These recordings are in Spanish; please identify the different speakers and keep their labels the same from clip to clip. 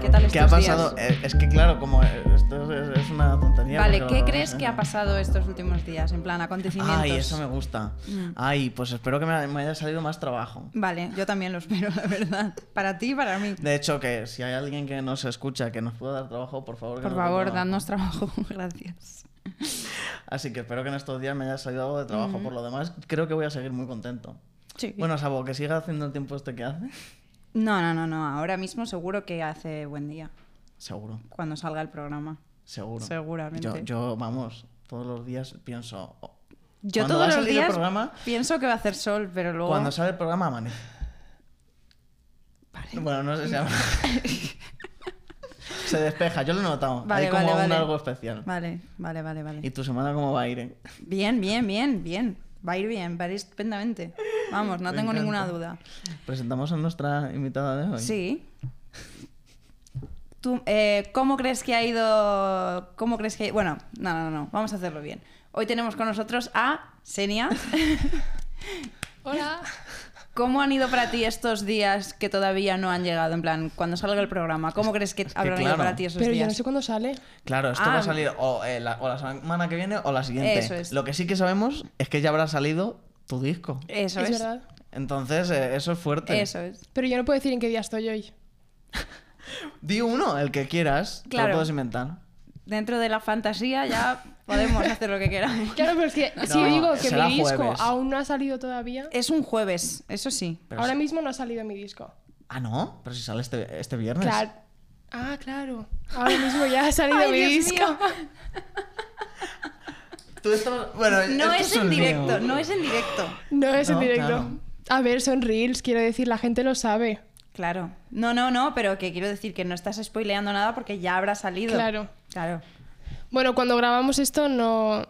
Speaker 1: que ha
Speaker 2: estos
Speaker 1: pasado.
Speaker 2: días?
Speaker 1: eh, Es que, claro, como esto es, es una tontería.
Speaker 2: Vale,
Speaker 1: porque
Speaker 2: ¿qué
Speaker 1: lo-
Speaker 2: crees que ha pasado estos últimos días? En plan, acontecimientos.
Speaker 1: eh, Ay, eso me gusta.
Speaker 2: Mm.
Speaker 1: Ay, pues espero que me, me haya salido más trabajo.
Speaker 2: Vale, yo también lo espero, la verdad. Para ti y para mí.
Speaker 1: De hecho, que si hay alguien que nos escucha que nos pueda dar trabajo, por favor. que
Speaker 2: Por
Speaker 1: nos dé
Speaker 2: favor,
Speaker 1: trabajo.
Speaker 2: dadnos trabajo. Gracias.
Speaker 1: Así que espero que en estos días me haya salido algo de
Speaker 2: Mm.
Speaker 1: trabajo. Por lo demás, creo que voy a seguir muy contento.
Speaker 2: Sí.
Speaker 1: Bueno, salvo que siga haciendo el tiempo este que hace,
Speaker 2: No, no, no, no. Ahora mismo seguro que hace buen día
Speaker 1: seguro,
Speaker 2: cuando salga el programa.
Speaker 1: seguro.
Speaker 2: Seguramente.
Speaker 1: Yo, yo, vamos, todos los días pienso. oh,
Speaker 2: Yo
Speaker 1: Cuando
Speaker 2: todos
Speaker 1: va a
Speaker 2: los
Speaker 1: salir el
Speaker 2: días
Speaker 1: programa-
Speaker 2: pienso que va a hacer sol, pero luego.
Speaker 1: Cuando sale el programa, amanece.
Speaker 2: Vale.
Speaker 1: Bueno, no sé si ama- Se despeja, yo lo he notado.
Speaker 2: Vale,
Speaker 1: Hay como
Speaker 2: vale,
Speaker 1: un
Speaker 2: vale.
Speaker 1: algo especial.
Speaker 2: Vale, vale, vale, vale.
Speaker 1: ¿Y tu semana cómo va a ir? eh?
Speaker 2: Bien, bien, bien, bien. Va a ir bien, va a ir estupendamente. Vamos, no
Speaker 1: Me
Speaker 2: tengo ninguna
Speaker 1: encanta.
Speaker 2: duda.
Speaker 1: Presentamos a nuestra invitada de hoy.
Speaker 2: Sí. Tú, eh, ¿Cómo crees que ha ido? ¿Cómo crees que.? Bueno, no, no, no, vamos a hacerlo bien. Hoy tenemos con nosotros a Senia.
Speaker 3: Hola.
Speaker 2: ¿Cómo han ido para ti estos días que todavía no han llegado? En plan, cuando salga el programa, ¿cómo crees que
Speaker 1: que
Speaker 2: habrán ido
Speaker 1: claro.
Speaker 2: para ti esos
Speaker 3: Pero yo no
Speaker 2: días?
Speaker 3: sé cuándo sale.
Speaker 1: Claro, esto
Speaker 2: Ah.
Speaker 1: va a salir o, eh, la, o la semana que viene o la siguiente.
Speaker 2: Eso es.
Speaker 1: Lo que sí que sabemos es que ya habrá salido tu disco.
Speaker 2: Eso
Speaker 3: es,
Speaker 2: es.
Speaker 3: verdad.
Speaker 1: Entonces, eh, eso es fuerte.
Speaker 2: Eh. Eso es.
Speaker 3: Pero yo no puedo decir en qué día estoy hoy.
Speaker 1: Di uno, el que quieras. te
Speaker 2: Claro.
Speaker 1: Lo puedes inventar.
Speaker 2: Dentro de la fantasía ya podemos hacer lo que queramos.
Speaker 3: Claro, pero es que si
Speaker 1: No,
Speaker 3: digo que
Speaker 1: será
Speaker 3: mi disco
Speaker 1: jueves. Eh,
Speaker 3: aún no ha salido todavía,
Speaker 2: Es un jueves, eso sí.
Speaker 1: Pero
Speaker 3: ahora
Speaker 1: si-
Speaker 3: mismo no ha salido mi disco.
Speaker 1: Ah, no. Pero si sale este, este viernes.
Speaker 3: Claro. Ah, claro. Ahora mismo ya ha salido
Speaker 2: Ay,
Speaker 3: mi
Speaker 2: Dios
Speaker 3: disco.
Speaker 2: mío.
Speaker 1: Tú esto- bueno,
Speaker 2: No
Speaker 1: esto
Speaker 2: es en
Speaker 1: un lío.
Speaker 2: directo, no es en directo.
Speaker 3: No es
Speaker 1: No,
Speaker 3: en directo.
Speaker 1: claro.
Speaker 3: A ver, son reels, quiero decir, la gente lo sabe.
Speaker 2: Claro. No, no, no, pero que quiero decir que no estás spoileando nada porque ya habrá salido.
Speaker 3: Claro.
Speaker 2: Claro.
Speaker 3: Bueno, cuando grabamos esto no,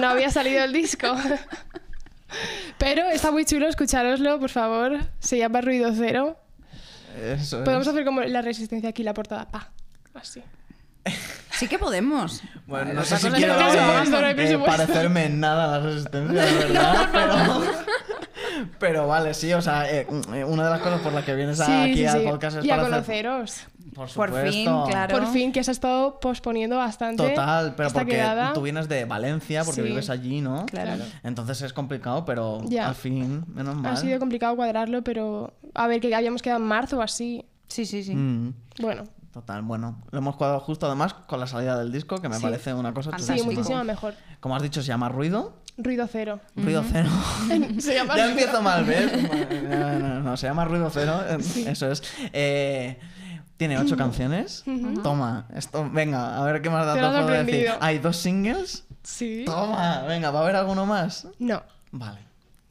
Speaker 3: no había salido el disco. Pero está muy chulo, escucharoslo, por favor. Se llama Ruido Cero.
Speaker 1: Eso es.
Speaker 3: Podemos hacer como la resistencia aquí, la portada. Pa. Así.
Speaker 2: Sí que podemos.
Speaker 1: Bueno,
Speaker 2: Otra
Speaker 1: no sé si
Speaker 2: cosa
Speaker 3: es que
Speaker 1: quiero
Speaker 3: no hay
Speaker 1: eh,
Speaker 3: presupuesto, no hay
Speaker 1: eh,
Speaker 3: presupuesto.
Speaker 1: parecerme en nada a la resistencia, de verdad, pero... Pero vale, sí, o sea, eh, eh, una de las cosas por las que vienes a- aquí al podcast es
Speaker 3: Y a
Speaker 1: para hacer...
Speaker 3: conoceros.
Speaker 1: Por,
Speaker 2: Por fin,
Speaker 1: supuesto.
Speaker 2: claro.
Speaker 3: Por fin, que se ha estado posponiendo bastante.
Speaker 1: Total, pero
Speaker 3: esta
Speaker 1: porque
Speaker 3: quedada.
Speaker 1: tú vienes de Valencia, porque
Speaker 3: Sí.
Speaker 1: vives allí, ¿no?
Speaker 2: Claro.
Speaker 1: Entonces es complicado, pero
Speaker 3: Ya.
Speaker 1: al fin, menos mal.
Speaker 3: Ha sido complicado cuadrarlo, pero a ver, que habíamos quedado en marzo o así.
Speaker 2: Sí, sí, sí.
Speaker 1: Mm,
Speaker 3: Bueno,
Speaker 1: Total, bueno, lo hemos cuadrado justo además con la salida del disco, que me
Speaker 3: Sí.
Speaker 1: parece una cosa
Speaker 2: Sí,
Speaker 3: sí,
Speaker 1: chulísima.
Speaker 3: muchísimo mejor.
Speaker 1: Como has dicho, se llama Ruido,
Speaker 3: Ruido cero.
Speaker 1: Ruido Cero.
Speaker 3: Se llama
Speaker 1: ya
Speaker 3: Ruido-
Speaker 1: empiezo mal, ¿ves? No, no, no, se llama Ruido Cero, eh, eso es. Eh, tiene ocho canciones. Toma, esto, venga, a ver qué más
Speaker 3: Te
Speaker 1: datos
Speaker 3: lo has
Speaker 1: puedo decir.
Speaker 3: aprendido.
Speaker 1: Hay dos singles.
Speaker 3: Sí.
Speaker 1: Toma, venga, ¿va a haber alguno más?
Speaker 3: No,
Speaker 1: Vale,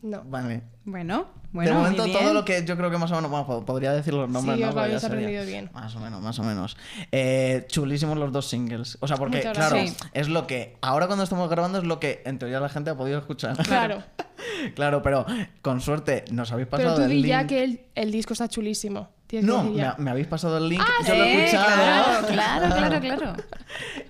Speaker 3: no.
Speaker 1: vale.
Speaker 2: Bueno, bueno.
Speaker 1: de
Speaker 2: muy
Speaker 1: momento
Speaker 2: bien.
Speaker 1: todo lo que yo creo que más o menos, bueno, po- podría decir los nombres,
Speaker 3: Sí,
Speaker 1: ¿no?
Speaker 3: os
Speaker 1: Pero
Speaker 3: lo habéis
Speaker 1: ya sería-
Speaker 3: aprendido bien.
Speaker 1: Más o menos, más o menos. Eh, chulísimos los dos singles. O sea, porque,
Speaker 3: Muchas
Speaker 1: claro,
Speaker 2: gracias.
Speaker 1: es lo que, ahora cuando estamos grabando es lo que en teoría la gente ha podido escuchar.
Speaker 3: Claro.
Speaker 1: Claro, pero con suerte nos habéis
Speaker 3: Pero
Speaker 1: pasado
Speaker 3: tú
Speaker 1: el
Speaker 3: di
Speaker 1: link.
Speaker 3: ya que el, el disco está chulísimo. Tienes
Speaker 1: No,
Speaker 3: que decir
Speaker 1: me,
Speaker 3: ya.
Speaker 1: me habéis pasado el link,
Speaker 2: Ah,
Speaker 1: yo lo he
Speaker 2: sí,
Speaker 1: escuchado
Speaker 2: claro, claro, claro, claro.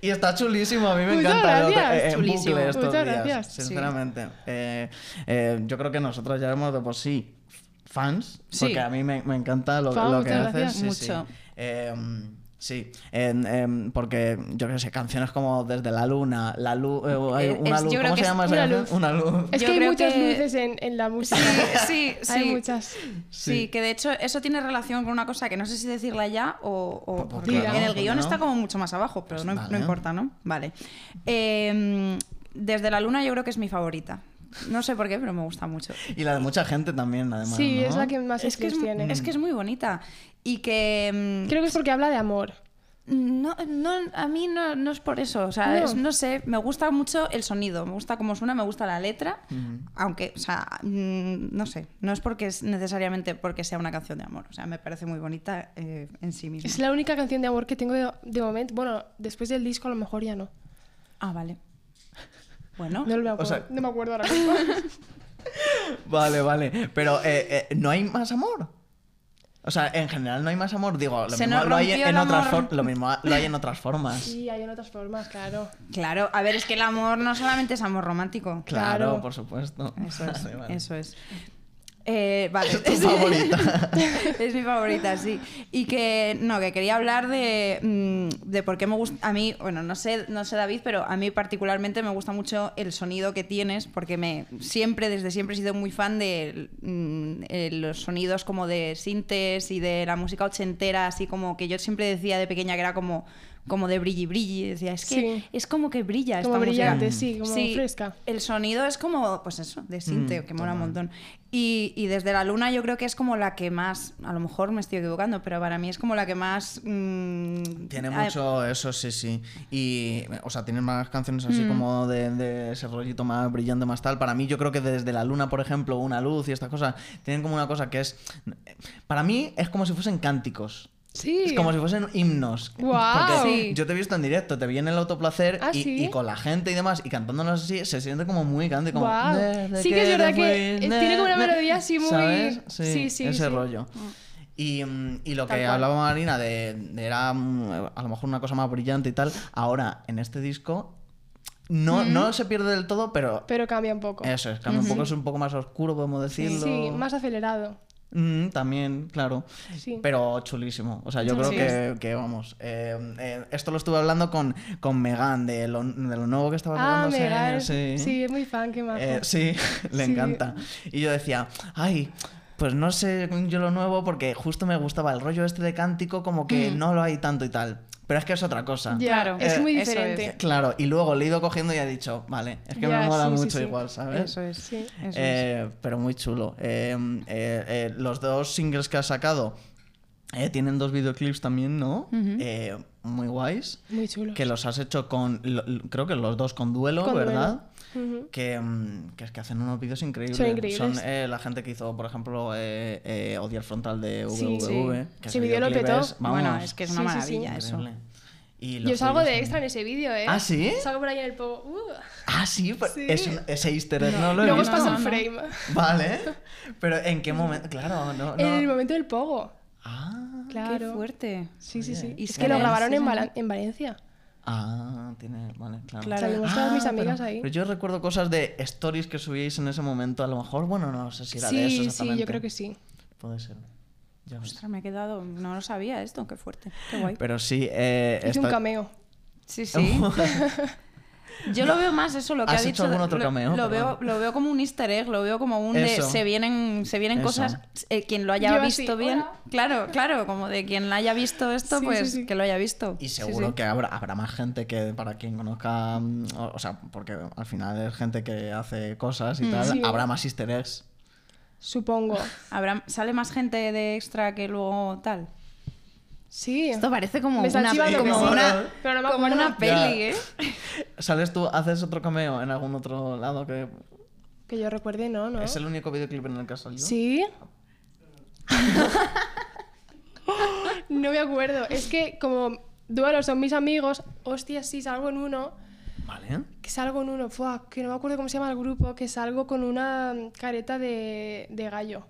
Speaker 1: y está chulísimo, a mí me
Speaker 3: Muchas
Speaker 1: encanta. lo-
Speaker 3: gracias,
Speaker 1: eh, en bucle
Speaker 2: chulísimo.
Speaker 1: estos
Speaker 3: Muchas
Speaker 1: días,
Speaker 3: gracias. Sí.
Speaker 1: Sinceramente, Eh, eh, yo creo que nosotros ya hemos de por sí fans,
Speaker 2: Sí.
Speaker 1: porque a mí me, me encanta lo,
Speaker 3: Fan,
Speaker 1: lo que
Speaker 3: muchas
Speaker 1: haces.
Speaker 3: gracias.
Speaker 1: sí,
Speaker 2: Mucho.
Speaker 1: sí. Eh, sí, en- em, porque yo qué sé, canciones como Desde la Luna, la luz, hay
Speaker 2: Eh,
Speaker 1: una
Speaker 2: es-
Speaker 1: luz,
Speaker 2: yo creo
Speaker 1: ¿cómo
Speaker 2: que
Speaker 1: se
Speaker 2: es
Speaker 1: llama esa
Speaker 3: una
Speaker 1: canción?
Speaker 3: luz.
Speaker 1: Una luz.
Speaker 3: Es
Speaker 2: Yo
Speaker 3: que hay
Speaker 2: creo
Speaker 3: muchas
Speaker 2: que-
Speaker 3: luces en, en la música.
Speaker 2: Sí, sí.
Speaker 3: Hay muchas.
Speaker 2: Sí,
Speaker 1: Sí.
Speaker 2: que de hecho eso tiene relación con una cosa que no sé si decirla ya o, o-
Speaker 1: Pues, pues,
Speaker 2: porque
Speaker 1: claro,
Speaker 2: en el
Speaker 1: ¿por qué
Speaker 2: guión
Speaker 1: no?
Speaker 2: está como mucho más abajo, pero
Speaker 1: Pues
Speaker 2: no, no
Speaker 1: vale.
Speaker 2: importa, ¿no? Vale. Eh, desde la luna yo creo que es mi favorita. No sé por qué, pero me gusta mucho.
Speaker 1: Y la de mucha gente también, además.
Speaker 3: Sí,
Speaker 1: ¿no?
Speaker 3: es la que más
Speaker 2: Es que es,
Speaker 3: clics tiene.
Speaker 2: es que es muy bonita y que... mm,
Speaker 3: Creo que es porque habla de amor.
Speaker 2: No, no, a mí no, no es por eso. O sea,
Speaker 3: No.
Speaker 2: es- no sé, me gusta mucho el sonido, me gusta cómo suena, me gusta la letra. Aunque, o sea, mm, no sé, no es porque es necesariamente porque sea una canción de amor. O sea, me parece muy bonita eh, en sí misma.
Speaker 3: Es la única canción de amor que tengo de, de momento. Bueno, después del disco a lo mejor ya no.
Speaker 2: Ah, vale. Bueno,
Speaker 3: No, lo me, acuerdo,
Speaker 1: O sea-
Speaker 3: no me acuerdo ahora mismo.
Speaker 1: Vale, vale. Pero eh, eh, no hay más amor. O sea, en general no hay más amor. Digo, lo
Speaker 2: Se
Speaker 1: mismo
Speaker 2: nos
Speaker 1: lo hay en,
Speaker 2: rompió el
Speaker 1: otras
Speaker 2: amor.
Speaker 1: for- lo mismo lo hay en otras formas.
Speaker 3: Sí, hay en otras formas, claro.
Speaker 2: claro, a ver, es que el amor no solamente es amor romántico.
Speaker 1: Claro,
Speaker 3: Claro.
Speaker 1: por supuesto.
Speaker 2: Eso es.
Speaker 1: Vale, vale.
Speaker 2: Eso es. Eh, vale.
Speaker 1: Es tu favorita.
Speaker 2: es mi favorita, sí. Y que, no, que quería hablar de, mm, de por qué me gusta. A mí, bueno, no sé, no sé, David, pero a mí particularmente me gusta mucho el sonido que tienes, porque me siempre, desde siempre, he sido muy fan de mm, eh, los sonidos como de sintes y de la música ochentera, así como que yo siempre decía de pequeña que era como como de brilli brilli decía es que
Speaker 3: Sí.
Speaker 2: es como que brilla
Speaker 3: Como
Speaker 2: esta música.
Speaker 3: brillante, sí, como fresca.
Speaker 2: El sonido es como, pues eso, de sinte,
Speaker 1: Mm,
Speaker 2: que mola un
Speaker 1: total.
Speaker 2: montón. Y, y desde la luna yo creo que es como la que más, a lo mejor me estoy equivocando, pero para mí es como la que más... mm,
Speaker 1: Tiene
Speaker 2: ah,
Speaker 1: mucho eso, sí, sí. Y, o sea, tiene más canciones así
Speaker 2: Mm.
Speaker 1: como de, de ese rollito más brillante, más tal. Para mí, yo creo que desde la luna, por ejemplo, una luz y estas cosas, tienen como una cosa que es. Para mí, es como si fuesen cánticos.
Speaker 3: Sí.
Speaker 1: Es como si fuesen himnos.
Speaker 3: Guau.
Speaker 1: Porque
Speaker 2: Sí.
Speaker 1: yo te he visto en directo, te vi en el autoplacer
Speaker 3: Ah,
Speaker 1: y,
Speaker 3: ¿sí?
Speaker 1: y con la gente y demás, y cantándonos así, se siente como muy cante. Como,
Speaker 3: Guau.
Speaker 1: "Desde
Speaker 3: Sí que es verdad
Speaker 1: te
Speaker 3: que,
Speaker 1: fuiste,
Speaker 3: eh, tiene como una
Speaker 1: na-".
Speaker 3: melodía así muy-
Speaker 1: ¿Sabes? Sí,
Speaker 3: Sí, sí,
Speaker 1: ese
Speaker 3: sí.
Speaker 1: rollo. Y, mm, y lo
Speaker 2: Tal
Speaker 1: que
Speaker 2: cual.
Speaker 1: hablaba Marina de, de era mm, a lo mejor una cosa más brillante y tal, ahora en este disco no, no se pierde del todo, pero
Speaker 3: Mm. Pero cambia un poco.
Speaker 1: eso es, cambia un poco, es un poco más oscuro, podemos decirlo.
Speaker 3: Sí, más acelerado.
Speaker 1: Mm, también, claro.
Speaker 3: Sí.
Speaker 1: Pero chulísimo. O sea, yo creo
Speaker 3: Sí.
Speaker 1: que, que, vamos. eh, eh, esto lo estuve hablando con, con Megan de lo, de lo nuevo que estaba
Speaker 3: Ah,
Speaker 1: grabándose.
Speaker 3: Megar.
Speaker 1: Sí.
Speaker 3: Sí. es muy fan, qué majo.
Speaker 1: Eh, sí, le
Speaker 3: Sí.
Speaker 1: encanta. Y yo decía, ay. Pues no sé yo lo nuevo porque justo me gustaba el rollo este de cántico, como que no lo hay tanto y tal. Pero es que es otra cosa.
Speaker 3: Mm. Ya,
Speaker 2: Claro.
Speaker 3: es
Speaker 1: Eh,
Speaker 3: muy
Speaker 2: eso
Speaker 3: diferente.
Speaker 1: Claro, y luego le he ido cogiendo y he dicho, vale, es que
Speaker 3: Ya,
Speaker 1: me mola
Speaker 3: sí, sí,
Speaker 1: mucho
Speaker 3: sí.
Speaker 1: igual, ¿sabes?
Speaker 2: Eso es,
Speaker 3: Sí.
Speaker 2: eso es.
Speaker 1: Eh, pero muy chulo. Eh, eh, eh, los dos singles que ha sacado eh, tienen dos videoclips también, ¿no? Eh, muy guays.
Speaker 3: Muy chulo.
Speaker 1: Que los has hecho con, lo- lo- creo que los dos con duelo,
Speaker 3: Con Duelo.
Speaker 1: ¿verdad?
Speaker 3: Ujú.
Speaker 1: Que, mm, que es que hacen unos vídeos increíbles.
Speaker 3: Son increíbles.
Speaker 1: eh, la gente que hizo, por ejemplo, eh, eh, Odiar Frontal de
Speaker 3: Sí,
Speaker 1: VVV.
Speaker 3: sí.
Speaker 1: que
Speaker 3: Ese
Speaker 1: ese
Speaker 3: vídeo lo
Speaker 1: videoclip
Speaker 3: petó.
Speaker 1: es- vamos,
Speaker 2: Bueno, es que es una
Speaker 3: Sí, sí, sí.
Speaker 2: maravilla eso.
Speaker 1: increíble. Y
Speaker 3: Yo
Speaker 1: los
Speaker 3: salgo
Speaker 1: suyos
Speaker 3: de
Speaker 1: son-
Speaker 3: extra en ese vídeo, ¿eh?
Speaker 1: ¿Ah, sí?
Speaker 3: Salgo por ahí en el pogo. Uh.
Speaker 1: Ah, sí, pero
Speaker 3: Sí.
Speaker 1: Es un- ese easter egg, no, lo he
Speaker 3: Luego os
Speaker 1: visto.
Speaker 3: paso
Speaker 2: No,
Speaker 3: el
Speaker 2: no.
Speaker 3: frame.
Speaker 1: Vale, pero ¿en qué momento? Claro, no. no.
Speaker 3: En el momento del pogo.
Speaker 1: Ah,
Speaker 3: Claro.
Speaker 2: Qué fuerte.
Speaker 3: Sí, sí, sí.
Speaker 1: Oye,
Speaker 3: es
Speaker 2: qué
Speaker 3: que lo
Speaker 2: bien.
Speaker 3: grabaron en,
Speaker 2: Sí,
Speaker 3: Valen- en Valencia.
Speaker 1: ah, tiene. Vale, claro.
Speaker 2: Claro.
Speaker 3: Salimos
Speaker 1: Ah,
Speaker 3: todas mis amigas
Speaker 1: pero,
Speaker 3: ahí.
Speaker 1: Pero yo recuerdo cosas de stories que subíais en ese momento. A lo mejor, bueno, no sé si era de eso
Speaker 3: sí, sí,
Speaker 1: exactamente.
Speaker 3: yo creo que sí.
Speaker 1: Puede ser. Ya ves.
Speaker 2: Ostras, me he quedado... No lo sabía esto, qué fuerte, qué guay.
Speaker 1: Pero sí. Eh,
Speaker 3: Hice un
Speaker 1: esta-
Speaker 3: cameo.
Speaker 2: Sí, sí. Yo lo veo más eso, lo que
Speaker 1: ¿Has
Speaker 2: ha
Speaker 1: hecho
Speaker 2: dicho.
Speaker 1: algún otro
Speaker 2: lo-
Speaker 1: cameo?
Speaker 2: Lo,
Speaker 1: Perdón.
Speaker 2: veo, lo veo como un easter egg, lo veo como un de
Speaker 1: Eso.
Speaker 2: se vienen, se vienen
Speaker 1: Eso.
Speaker 2: cosas. eh, quien lo haya
Speaker 3: Yo así,
Speaker 2: visto bien.
Speaker 3: "Hola".
Speaker 2: Claro, claro, como de quien la haya visto esto,
Speaker 3: Sí,
Speaker 2: pues
Speaker 3: sí, sí.
Speaker 2: que lo haya visto.
Speaker 1: Y
Speaker 2: Sí,
Speaker 1: seguro
Speaker 2: sí.
Speaker 1: que habrá, habrá más gente que para quien conozca, mm, o, o sea, porque al final es gente que hace cosas y tal,
Speaker 3: Mm, Sí.
Speaker 1: habrá más easter eggs.
Speaker 3: Supongo.
Speaker 2: Habrá- sale más gente de extra que luego tal.
Speaker 3: Sí.
Speaker 2: Esto parece como
Speaker 3: Me está
Speaker 2: una,
Speaker 3: chivando
Speaker 2: como
Speaker 1: que sí.
Speaker 2: una,
Speaker 3: Pero no me
Speaker 2: como
Speaker 3: acuerdo.
Speaker 2: una peli,
Speaker 1: Ya.
Speaker 2: ¿eh?
Speaker 1: ¿Sales tú, haces otro cameo en algún otro lado que
Speaker 3: Que yo recuerde, no, ¿no?
Speaker 1: es el único videoclip en el que has salido?
Speaker 3: Sí. no me acuerdo. Es que como duelos son mis amigos, hostia, sí, salgo en uno.
Speaker 1: Vale.
Speaker 3: Que salgo en uno, fuah, que no me acuerdo cómo se llama el grupo, que salgo con una careta de, de gallo.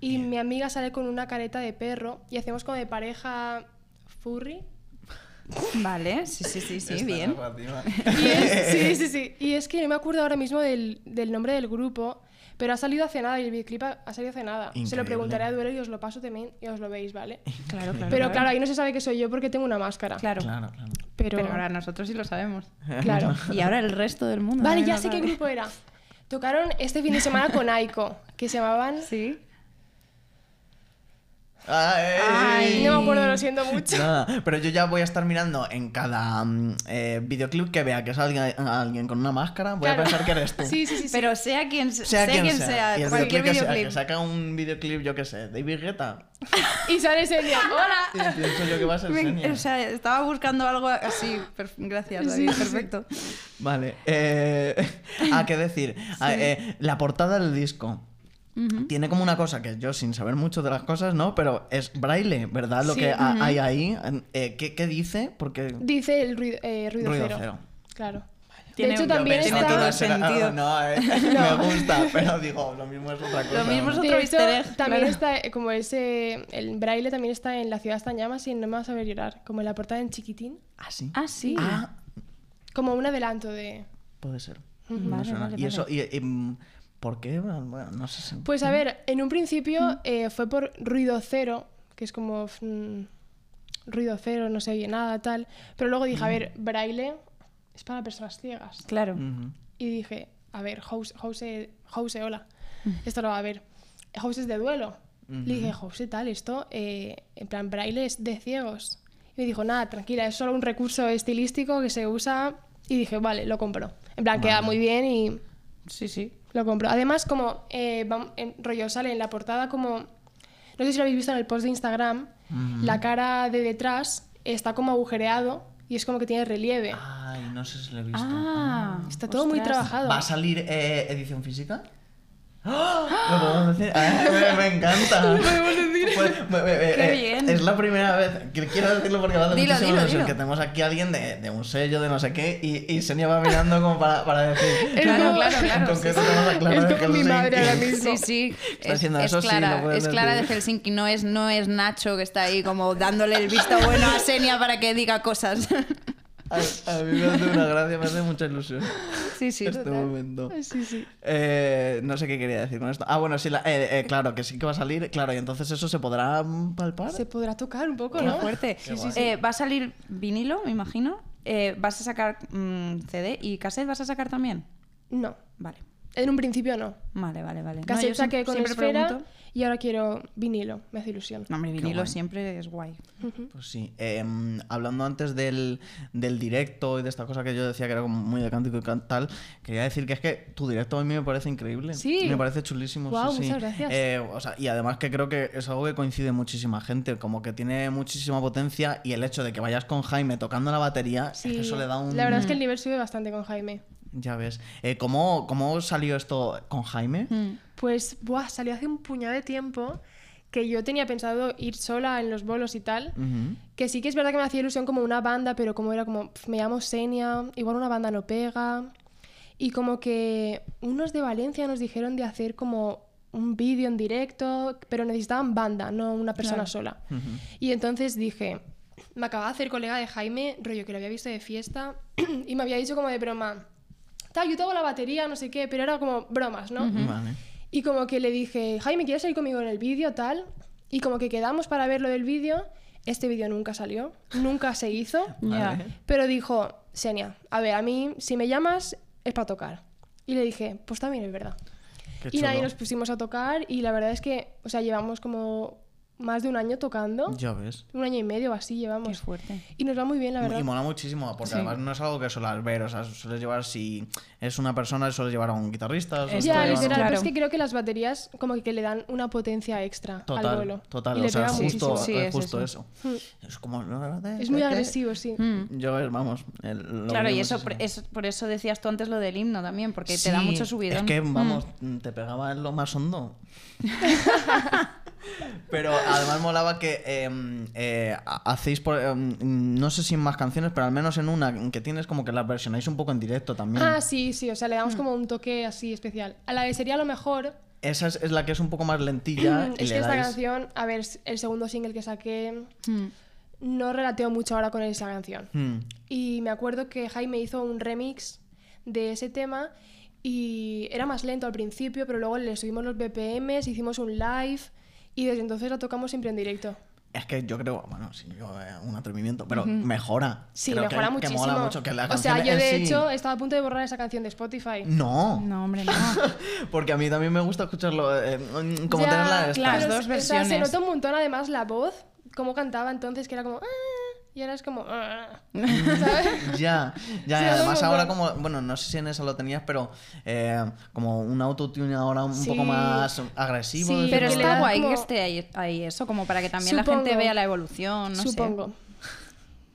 Speaker 3: Y mi amiga sale con una careta de perro y hacemos como de pareja furry.
Speaker 2: Vale, sí, sí, sí, sí,
Speaker 1: Esta
Speaker 2: bien.
Speaker 1: narrativa.
Speaker 3: Y es, sí, sí, sí. Y es que no me acuerdo ahora mismo del, del nombre del grupo, pero ha salido hace nada y el videoclip ha, ha salido hace nada. Se
Speaker 1: Increíble.
Speaker 3: lo preguntaré a Duelo y os lo paso también y os lo veis, ¿vale?
Speaker 2: Claro, claro.
Speaker 3: Pero claro, ahí no se sabe que soy yo porque tengo una máscara.
Speaker 2: Claro.
Speaker 1: Claro, claro.
Speaker 3: Pero,
Speaker 2: Pero ahora nosotros sí lo sabemos.
Speaker 3: claro.
Speaker 2: Y ahora el resto del mundo.
Speaker 3: Vale,
Speaker 2: nadie
Speaker 3: ya
Speaker 2: lo
Speaker 3: sé qué
Speaker 2: sabe.
Speaker 3: grupo era. Tocaron este fin de semana con Aiko, que se llamaban...
Speaker 2: Sí.
Speaker 1: Ay.
Speaker 3: No me acuerdo, lo siento mucho.
Speaker 1: Nada, pero yo ya voy a estar mirando en cada mm, eh, videoclip que vea que es alguien, alguien con una máscara, voy
Speaker 3: Claro.
Speaker 1: a pensar que eres tú.
Speaker 3: Sí, sí, sí. sí.
Speaker 2: Pero sea quien sea,
Speaker 1: Sea quien sea.
Speaker 2: sea,
Speaker 1: Y el
Speaker 2: cualquier
Speaker 1: videoclip que sea,
Speaker 2: videoclip.
Speaker 1: que saca un videoclip, yo qué sé, David Guetta.
Speaker 3: Y sale ese día. Hola.
Speaker 1: Y pienso yo que va a ser
Speaker 2: Me-
Speaker 1: Xenia.
Speaker 2: o sea, estaba buscando algo así. perf- Gracias, David, perfecto.
Speaker 1: Vale. Eh, ah, qué decir. Ah, eh, la portada del disco. Tiene como una cosa que yo, sin saber mucho de las cosas, ¿no? Pero es braille, ¿verdad? Lo
Speaker 3: Sí,
Speaker 1: que ha- hay ahí. Eh, ¿qué, qué dice? Porque.
Speaker 3: Dice el ruido, eh, ruido,
Speaker 1: Ruido
Speaker 3: cero.
Speaker 1: cero.
Speaker 3: Claro.
Speaker 2: Tiene-
Speaker 3: de hecho,
Speaker 2: yo
Speaker 3: también
Speaker 2: pensé
Speaker 1: Tiene
Speaker 3: está...
Speaker 2: que
Speaker 1: todo
Speaker 2: todo
Speaker 1: el
Speaker 2: sentido.
Speaker 1: No, eh, me gusta, pero digo, lo mismo es otra cosa.
Speaker 2: Lo mismo es
Speaker 1: ¿no?
Speaker 3: De
Speaker 2: Otro
Speaker 3: hecho,
Speaker 2: easter egg,
Speaker 3: también
Speaker 2: claro.
Speaker 3: está eh, como ese el braille también está en la ciudad está en llamas y no me vas a ver llorar como en la portada en chiquitín
Speaker 1: Ah, sí.
Speaker 2: Ah, sí.
Speaker 1: Ah,
Speaker 3: como un adelanto de
Speaker 1: puede ser.
Speaker 2: Vale,
Speaker 1: Me suena.
Speaker 2: vale,
Speaker 1: y eso,
Speaker 2: vale.
Speaker 1: y, y, mm, ¿Por qué? Bueno, no sé si...
Speaker 3: Pues a ver, en un
Speaker 2: Mm.
Speaker 3: principio eh, fue por ruido cero, que es como mm, ruido cero, no se oye nada, tal. Pero luego
Speaker 1: Mm.
Speaker 3: dije, a ver, braille es para personas ciegas.
Speaker 2: Claro.
Speaker 1: Ujú.
Speaker 3: Y dije, a ver, House, House, House, hola, esto lo va a ver. House es de duelo. Le dije, House, tal, esto, eh, en plan, braille es de ciegos. Y me dijo, nada, tranquila, es solo un recurso estilístico que se usa. Y dije, vale, lo compro. En plan, queda
Speaker 1: Vale.
Speaker 3: muy bien y
Speaker 2: Sí, sí.
Speaker 3: lo compro. Además, como eh, vam- en rollo sale en la portada como... No sé si lo habéis visto en el post de Instagram,
Speaker 1: Ujú.
Speaker 3: la cara de detrás está como agujereado y es como que tiene relieve.
Speaker 1: Ay, no sé si lo he visto.
Speaker 2: Ah,
Speaker 3: está todo muy
Speaker 2: ostras.
Speaker 3: trabajado.
Speaker 1: ¿Va a salir eh, edición física? ¡Ah! ¿Lo podemos decir? Ah, me, me encanta. Pues, Lo podemos decir.
Speaker 2: Qué bien.
Speaker 1: eh, Es la primera vez. que Quiero decirlo porque va a hacer
Speaker 2: Dilo,
Speaker 1: muchísima
Speaker 2: dilo,
Speaker 1: ilusión
Speaker 2: dilo.
Speaker 1: que tenemos aquí a alguien de, de un sello, de no sé qué, y, y Senia va mirando como para, para decir.
Speaker 3: Es
Speaker 2: Claro,
Speaker 3: como-
Speaker 2: claro, claro.
Speaker 1: Con
Speaker 2: sí,
Speaker 1: qué vamos a aclarar
Speaker 3: Es como mi
Speaker 1: Helsinki.
Speaker 3: madre ahora mismo.
Speaker 2: Sí, sí.
Speaker 1: Está diciendo,
Speaker 2: es
Speaker 1: eso sí,
Speaker 2: Clara,
Speaker 1: lo puedes
Speaker 2: es Clara de
Speaker 1: decir.
Speaker 2: Helsinki, no es, no es Nacho que está ahí como dándole el visto bueno a Senia para que diga cosas.
Speaker 1: A, a mí me hace una gracia, me hace mucha ilusión
Speaker 2: Sí, sí.
Speaker 1: este
Speaker 2: total.
Speaker 1: momento.
Speaker 3: Sí, sí.
Speaker 1: Eh, no sé qué quería decir con esto. Ah, bueno, sí, la- eh, eh, claro, que sí que va a salir. Claro, y entonces eso se podrá palpar.
Speaker 3: Se podrá tocar un poco,
Speaker 2: Qué
Speaker 3: ¿no?
Speaker 2: fuerte.
Speaker 1: Qué guay.
Speaker 2: Eh, va a salir vinilo, me imagino. Eh, vas a sacar mm, CD y cassette vas a sacar también.
Speaker 3: No,
Speaker 2: Vale,
Speaker 3: en un principio no.
Speaker 2: vale, vale, vale. No,
Speaker 3: Casi
Speaker 2: yo
Speaker 3: saqué
Speaker 2: siem-
Speaker 3: con
Speaker 2: siempre
Speaker 3: esfera
Speaker 2: pregunto.
Speaker 3: y ahora quiero vinilo, me hace ilusión.
Speaker 2: No, hombre, vinilo
Speaker 1: guay.
Speaker 2: siempre es guay.
Speaker 1: Pues sí, em, hablando antes del, del directo y de esta cosa que yo decía que era como muy de cántico y can- tal, quería decir que es que tu directo a mí me parece increíble.
Speaker 3: Sí.
Speaker 1: Me parece chulísimo. sí,
Speaker 3: Guau,
Speaker 1: sí.
Speaker 3: muchas gracias.
Speaker 1: Eh, o sea, y además que creo que es algo que coincide muchísima gente, como que tiene muchísima potencia y el hecho de que vayas con Jaime tocando la batería, es
Speaker 3: Sí,
Speaker 1: que eso le da un...
Speaker 3: La verdad es que el nivel sube bastante con Jaime.
Speaker 1: Ya ves. Eh, ¿cómo, ¿Cómo salió esto con Jaime?
Speaker 2: Mm.
Speaker 3: Pues, buah, salió hace un puñado de tiempo que yo tenía pensado ir sola en los bolos y tal.
Speaker 1: Ujú.
Speaker 3: Que sí que es verdad que me hacía ilusión como una banda, pero como era como, "Pf, me llamo Senia, igual una banda no pega. Y como que unos de Valencia nos dijeron de hacer como un vídeo en directo, pero necesitaban banda, no una persona
Speaker 2: Claro.
Speaker 3: sola.
Speaker 1: Ujú.
Speaker 3: Y entonces dije, me acababa de hacer colega de Jaime, rollo que lo había visto de fiesta, y me había dicho como de broma, tal, yo te hago la batería, no sé qué, pero era como bromas, ¿no?
Speaker 1: Vale.
Speaker 3: Y como que le dije, Jaime, ¿quieres salir conmigo en el vídeo, tal? Y como que quedamos para ver lo del vídeo, este vídeo nunca salió, nunca se hizo,
Speaker 1: Vale.
Speaker 2: Ya.
Speaker 3: pero dijo, Senia, a ver, a mí, si me llamas, es para tocar. Y le dije, pues también es verdad.
Speaker 1: Qué
Speaker 3: Y nadie
Speaker 1: chulo.
Speaker 3: nos pusimos a tocar, y la verdad es que, o sea, llevamos como más de un año tocando
Speaker 1: Ya ves.
Speaker 3: un año y medio o así
Speaker 2: Qué
Speaker 3: llevamos.
Speaker 2: fuerte.
Speaker 3: Y nos va muy bien, la verdad.
Speaker 1: Y mola muchísimo, porque
Speaker 2: Sí.
Speaker 1: además no es algo que suelas ver, o sea, sueles llevar, si es una persona, sueles llevar a un guitarrista. sueles
Speaker 3: Ya,
Speaker 1: llevar a un-
Speaker 3: literal,
Speaker 2: Claro.
Speaker 3: pero es que creo que las baterías como que le dan una potencia extra al
Speaker 1: Total,
Speaker 3: vuelo.
Speaker 1: total,
Speaker 3: y le
Speaker 1: o sea,
Speaker 3: pega
Speaker 1: es
Speaker 3: muchísimo. Mm.
Speaker 1: justo,
Speaker 2: Sí,
Speaker 1: es
Speaker 2: es
Speaker 1: justo
Speaker 2: eso.
Speaker 1: eso. Es como...
Speaker 3: Es muy agresivo, sí.
Speaker 1: Mm. Yo, es- vamos... el- lo
Speaker 2: Mm. Claro,
Speaker 1: vi
Speaker 2: y eso por,
Speaker 1: muchísimo.
Speaker 2: eso- por eso decías tú antes lo del himno también, porque te da
Speaker 1: Sí,
Speaker 2: mucho subidón. Mm.
Speaker 1: Es que, vamos, te pegaba en lo más hondo. pero además molaba que em, eh, ha- hacéis, por- em, no sé si en más canciones, pero al menos en una que tienes como que la versionáis un poco en directo también.
Speaker 3: Ah, sí, sí, o sea, le damos como un toque así especial. A la de sería lo mejor.
Speaker 1: Esa es, es la que es un poco más lentilla. y
Speaker 3: es
Speaker 1: le
Speaker 3: que esta
Speaker 1: dais-
Speaker 3: canción, a ver, es el segundo single que saqué,
Speaker 2: Mm.
Speaker 3: no relateo mucho ahora con esa canción.
Speaker 1: Hmm.
Speaker 3: Y me acuerdo que Jaime hizo un remix de ese tema y era más lento al principio, pero luego le subimos los BPMs, hicimos un live y desde entonces la tocamos siempre en directo.
Speaker 1: Es que yo creo, bueno, sí, yo, eh, un atrevimiento, pero mejora.
Speaker 3: Sí,
Speaker 1: Creo que-
Speaker 3: mejora
Speaker 1: que
Speaker 3: muchísimo.
Speaker 1: mola mucho que la
Speaker 3: o sea,
Speaker 1: canción
Speaker 3: yo
Speaker 1: en
Speaker 3: de
Speaker 1: sí-
Speaker 3: hecho estaba a punto de borrar esa canción de Spotify.
Speaker 1: No,
Speaker 2: No, hombre, no.
Speaker 1: porque a mí también me gusta escucharlo, eh, mm, como
Speaker 3: Ya,
Speaker 1: tenerla esta.
Speaker 2: claro. Las
Speaker 3: pero,
Speaker 2: dos
Speaker 3: o sea, se
Speaker 2: versiones.
Speaker 3: notó un montón además la voz, cómo cantaba entonces, que era como... "Ah", Y ahora es como... "Ah", ¿sabes?
Speaker 1: Ya, ya,
Speaker 3: Sí,
Speaker 1: y además
Speaker 3: no, no,
Speaker 1: ahora
Speaker 3: no.
Speaker 1: como, bueno, no sé si en eso lo tenías, pero eh, como un autotune ahora un
Speaker 3: Sí.
Speaker 1: poco más agresivo.
Speaker 3: Sí,
Speaker 1: decirlo
Speaker 2: Pero
Speaker 3: que le
Speaker 2: está
Speaker 3: da
Speaker 2: guay
Speaker 3: como-
Speaker 2: que esté ahí, ahí eso, como para que también la gente
Speaker 3: Supongo.
Speaker 2: vea la evolución, no
Speaker 3: Supongo.
Speaker 2: sé.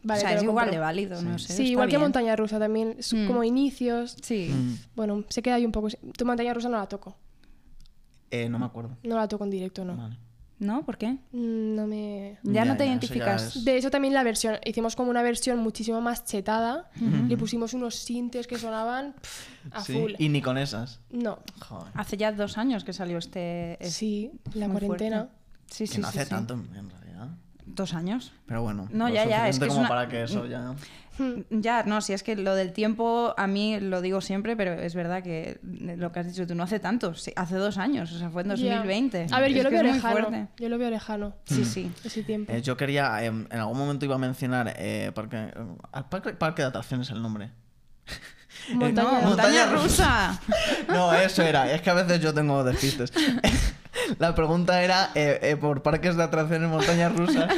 Speaker 3: Vale,
Speaker 2: o sea,
Speaker 3: te lo
Speaker 2: es igual
Speaker 3: compro.
Speaker 2: de válido, no sé.
Speaker 3: Sí,
Speaker 2: está
Speaker 3: igual que
Speaker 2: bien.
Speaker 3: Montaña Rusa también, es
Speaker 2: Mm.
Speaker 3: como inicios.
Speaker 2: Sí.
Speaker 1: Mm,
Speaker 3: Bueno, se queda ahí un poco. Tu Montaña Rusa no la toco.
Speaker 1: eh, no me acuerdo.
Speaker 3: No la toco en directo, no.
Speaker 1: Vale.
Speaker 2: ¿No? ¿Por qué?
Speaker 3: Mm, No me...
Speaker 2: Ya,
Speaker 1: Ya,
Speaker 2: no te
Speaker 1: ya, eso ya
Speaker 2: identificas.
Speaker 1: es-
Speaker 3: De hecho, también la versión, hicimos como una versión muchísimo más chetada. Le pusimos unos sintes que sonaban pf, a
Speaker 1: Sí,
Speaker 3: full.
Speaker 1: Y ni con esas.
Speaker 3: No,
Speaker 1: Joder.
Speaker 2: Hace ya dos años que salió este. es
Speaker 3: sí, la
Speaker 2: muy
Speaker 3: cuarentena.
Speaker 2: fuerte. Sí,
Speaker 1: que
Speaker 2: sí,
Speaker 1: no
Speaker 2: sí,
Speaker 1: hace
Speaker 2: sí.
Speaker 1: tanto en en realidad.
Speaker 2: Dos años.
Speaker 1: Pero bueno,
Speaker 2: No,
Speaker 1: lo
Speaker 2: ya, ya, es
Speaker 1: suficiente
Speaker 2: que es
Speaker 1: como
Speaker 2: una-
Speaker 1: para que Mm. eso ya...
Speaker 2: Ya, no, si es que lo del tiempo, a mí lo digo siempre, pero es verdad que lo que has dicho tú no hace tanto, sí, hace dos años, o sea, fue en
Speaker 3: Ya.
Speaker 2: 2020.
Speaker 3: A ver, yo
Speaker 2: Es
Speaker 3: lo
Speaker 2: que es
Speaker 3: veo
Speaker 2: muy fuerte.
Speaker 3: lejano. Yo lo veo lejano.
Speaker 1: Mm.
Speaker 3: Mm.
Speaker 2: Sí, sí.
Speaker 3: Ese tiempo.
Speaker 1: Eh, yo quería, em, en algún momento iba a mencionar eh, parque, al parque, parque de atracciones el nombre.
Speaker 3: Montaña-
Speaker 2: eh, No,
Speaker 1: montaña
Speaker 2: montaña rusa.
Speaker 1: rusa. No, eso era. Es que a veces yo tengo despistes. La pregunta era eh, eh, por parques de atracciones montañas rusas,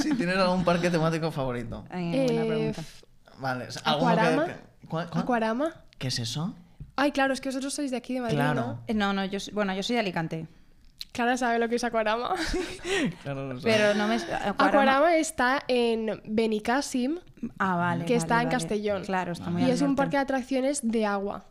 Speaker 1: si tienes algún parque temático favorito.
Speaker 2: Eh, buena
Speaker 3: Eh,
Speaker 2: pregunta.
Speaker 3: f-
Speaker 1: Vale, es- alguno que-
Speaker 3: ¿Acuarama?
Speaker 1: que- ¿cuál- cuál?
Speaker 3: ¿Acuarama?
Speaker 1: ¿Qué es eso?
Speaker 3: Ay, claro, es que vosotros sois de aquí, de Madrid,
Speaker 1: Claro.
Speaker 3: ¿no?
Speaker 2: Eh, No, no, yo, soy- bueno, yo soy de Alicante,
Speaker 3: Clara sabe lo que es Acuarama.
Speaker 1: Claro, lo sabes.
Speaker 2: pero no me...
Speaker 3: Acuarama está en Benicassim
Speaker 2: Ah, vale.
Speaker 3: que está
Speaker 2: vale,
Speaker 3: en
Speaker 2: vale.
Speaker 3: Castellón.
Speaker 2: Claro, está Ah, muy
Speaker 3: y
Speaker 2: al
Speaker 3: es un
Speaker 2: norte.
Speaker 3: parque de atracciones de agua.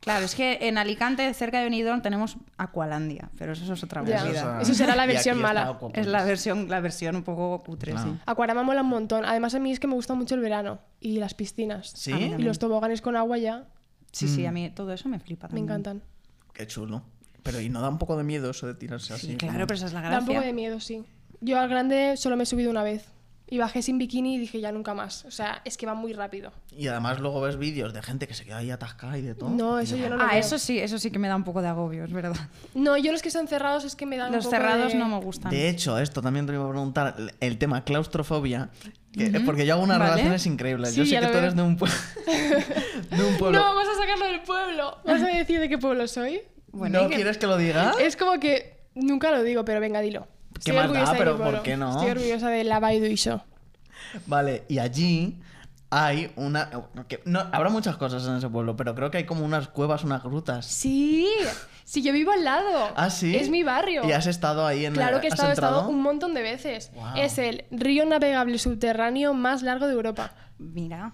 Speaker 2: Claro, es que en Alicante, cerca de Benidorm, tenemos Aqualandia, pero eso es otra
Speaker 3: Ya.
Speaker 2: movida.
Speaker 1: Eso es- ah,
Speaker 3: Eso será la
Speaker 1: y aquí
Speaker 3: versión
Speaker 1: está
Speaker 3: mala.
Speaker 1: Aquapolis.
Speaker 2: Es la versión, la versión un poco cutre,
Speaker 1: Claro.
Speaker 2: sí.
Speaker 3: Acuarama mola un montón. Además, a mí es que me gusta mucho el verano y las piscinas.
Speaker 2: Ah,
Speaker 1: ¿Sí?
Speaker 2: mira.
Speaker 3: Y los toboganes con agua ya
Speaker 2: Sí, sí, a
Speaker 1: Mm.
Speaker 2: mí todo eso me flipa.
Speaker 3: me
Speaker 2: también.
Speaker 3: encantan.
Speaker 1: Qué chulo. Pero ¿y no da un poco de miedo eso de tirarse así?
Speaker 2: Sí,
Speaker 1: como-
Speaker 2: claro, pero esa es la
Speaker 3: Da un poco de
Speaker 2: gracia.
Speaker 3: miedo, sí. Yo al grande solo me he subido una vez. Y bajé sin bikini y dije ya nunca más. O sea, es que va muy rápido.
Speaker 1: Y además luego ves vídeos de gente que se queda ahí atascada y de todo.
Speaker 3: No, eso
Speaker 1: Y
Speaker 3: yo no lo
Speaker 2: Ah,
Speaker 3: veo.
Speaker 2: eso sí, eso sí que me da un poco de agobio, es verdad.
Speaker 3: No, yo los que están cerrados es que me dan un
Speaker 2: Los
Speaker 3: poco
Speaker 2: cerrados
Speaker 3: de-
Speaker 2: no me gustan.
Speaker 1: De hecho, esto también te iba a preguntar, el- el tema claustrofobia, que- porque yo hago unas
Speaker 2: Vale.
Speaker 1: relaciones increíbles. yo
Speaker 3: Sí,
Speaker 1: sé
Speaker 3: ya
Speaker 1: que
Speaker 3: lo
Speaker 1: tú
Speaker 3: veo.
Speaker 1: eres de un, pue- de un pueblo.
Speaker 3: No, vas a sacarlo del pueblo. ¿Vas a decir de qué pueblo soy?
Speaker 2: Bueno,
Speaker 1: ¿No
Speaker 2: ¿y qué-
Speaker 1: quieres que lo diga?
Speaker 3: Es como que nunca lo digo, pero venga, dilo.
Speaker 1: Ah. Qué
Speaker 3: Estoy
Speaker 1: más da,
Speaker 3: orgullosa de mi
Speaker 1: pero ¿por
Speaker 3: pueblo.
Speaker 1: qué no?
Speaker 3: Estoy orgullosa de la Baidu y yo.
Speaker 1: Vale, y allí hay una... que- no, habrá muchas cosas en ese pueblo, pero creo que hay como unas cuevas, unas grutas.
Speaker 3: Sí, sí, yo vivo al lado.
Speaker 1: Ah, sí.
Speaker 3: Es mi barrio.
Speaker 1: Y has estado ahí en
Speaker 3: Claro que he
Speaker 1: has
Speaker 3: estado, he
Speaker 1: entrado?
Speaker 3: estado un montón de veces.
Speaker 1: Guau.
Speaker 3: Es el río navegable subterráneo más largo de Europa.
Speaker 2: Mira.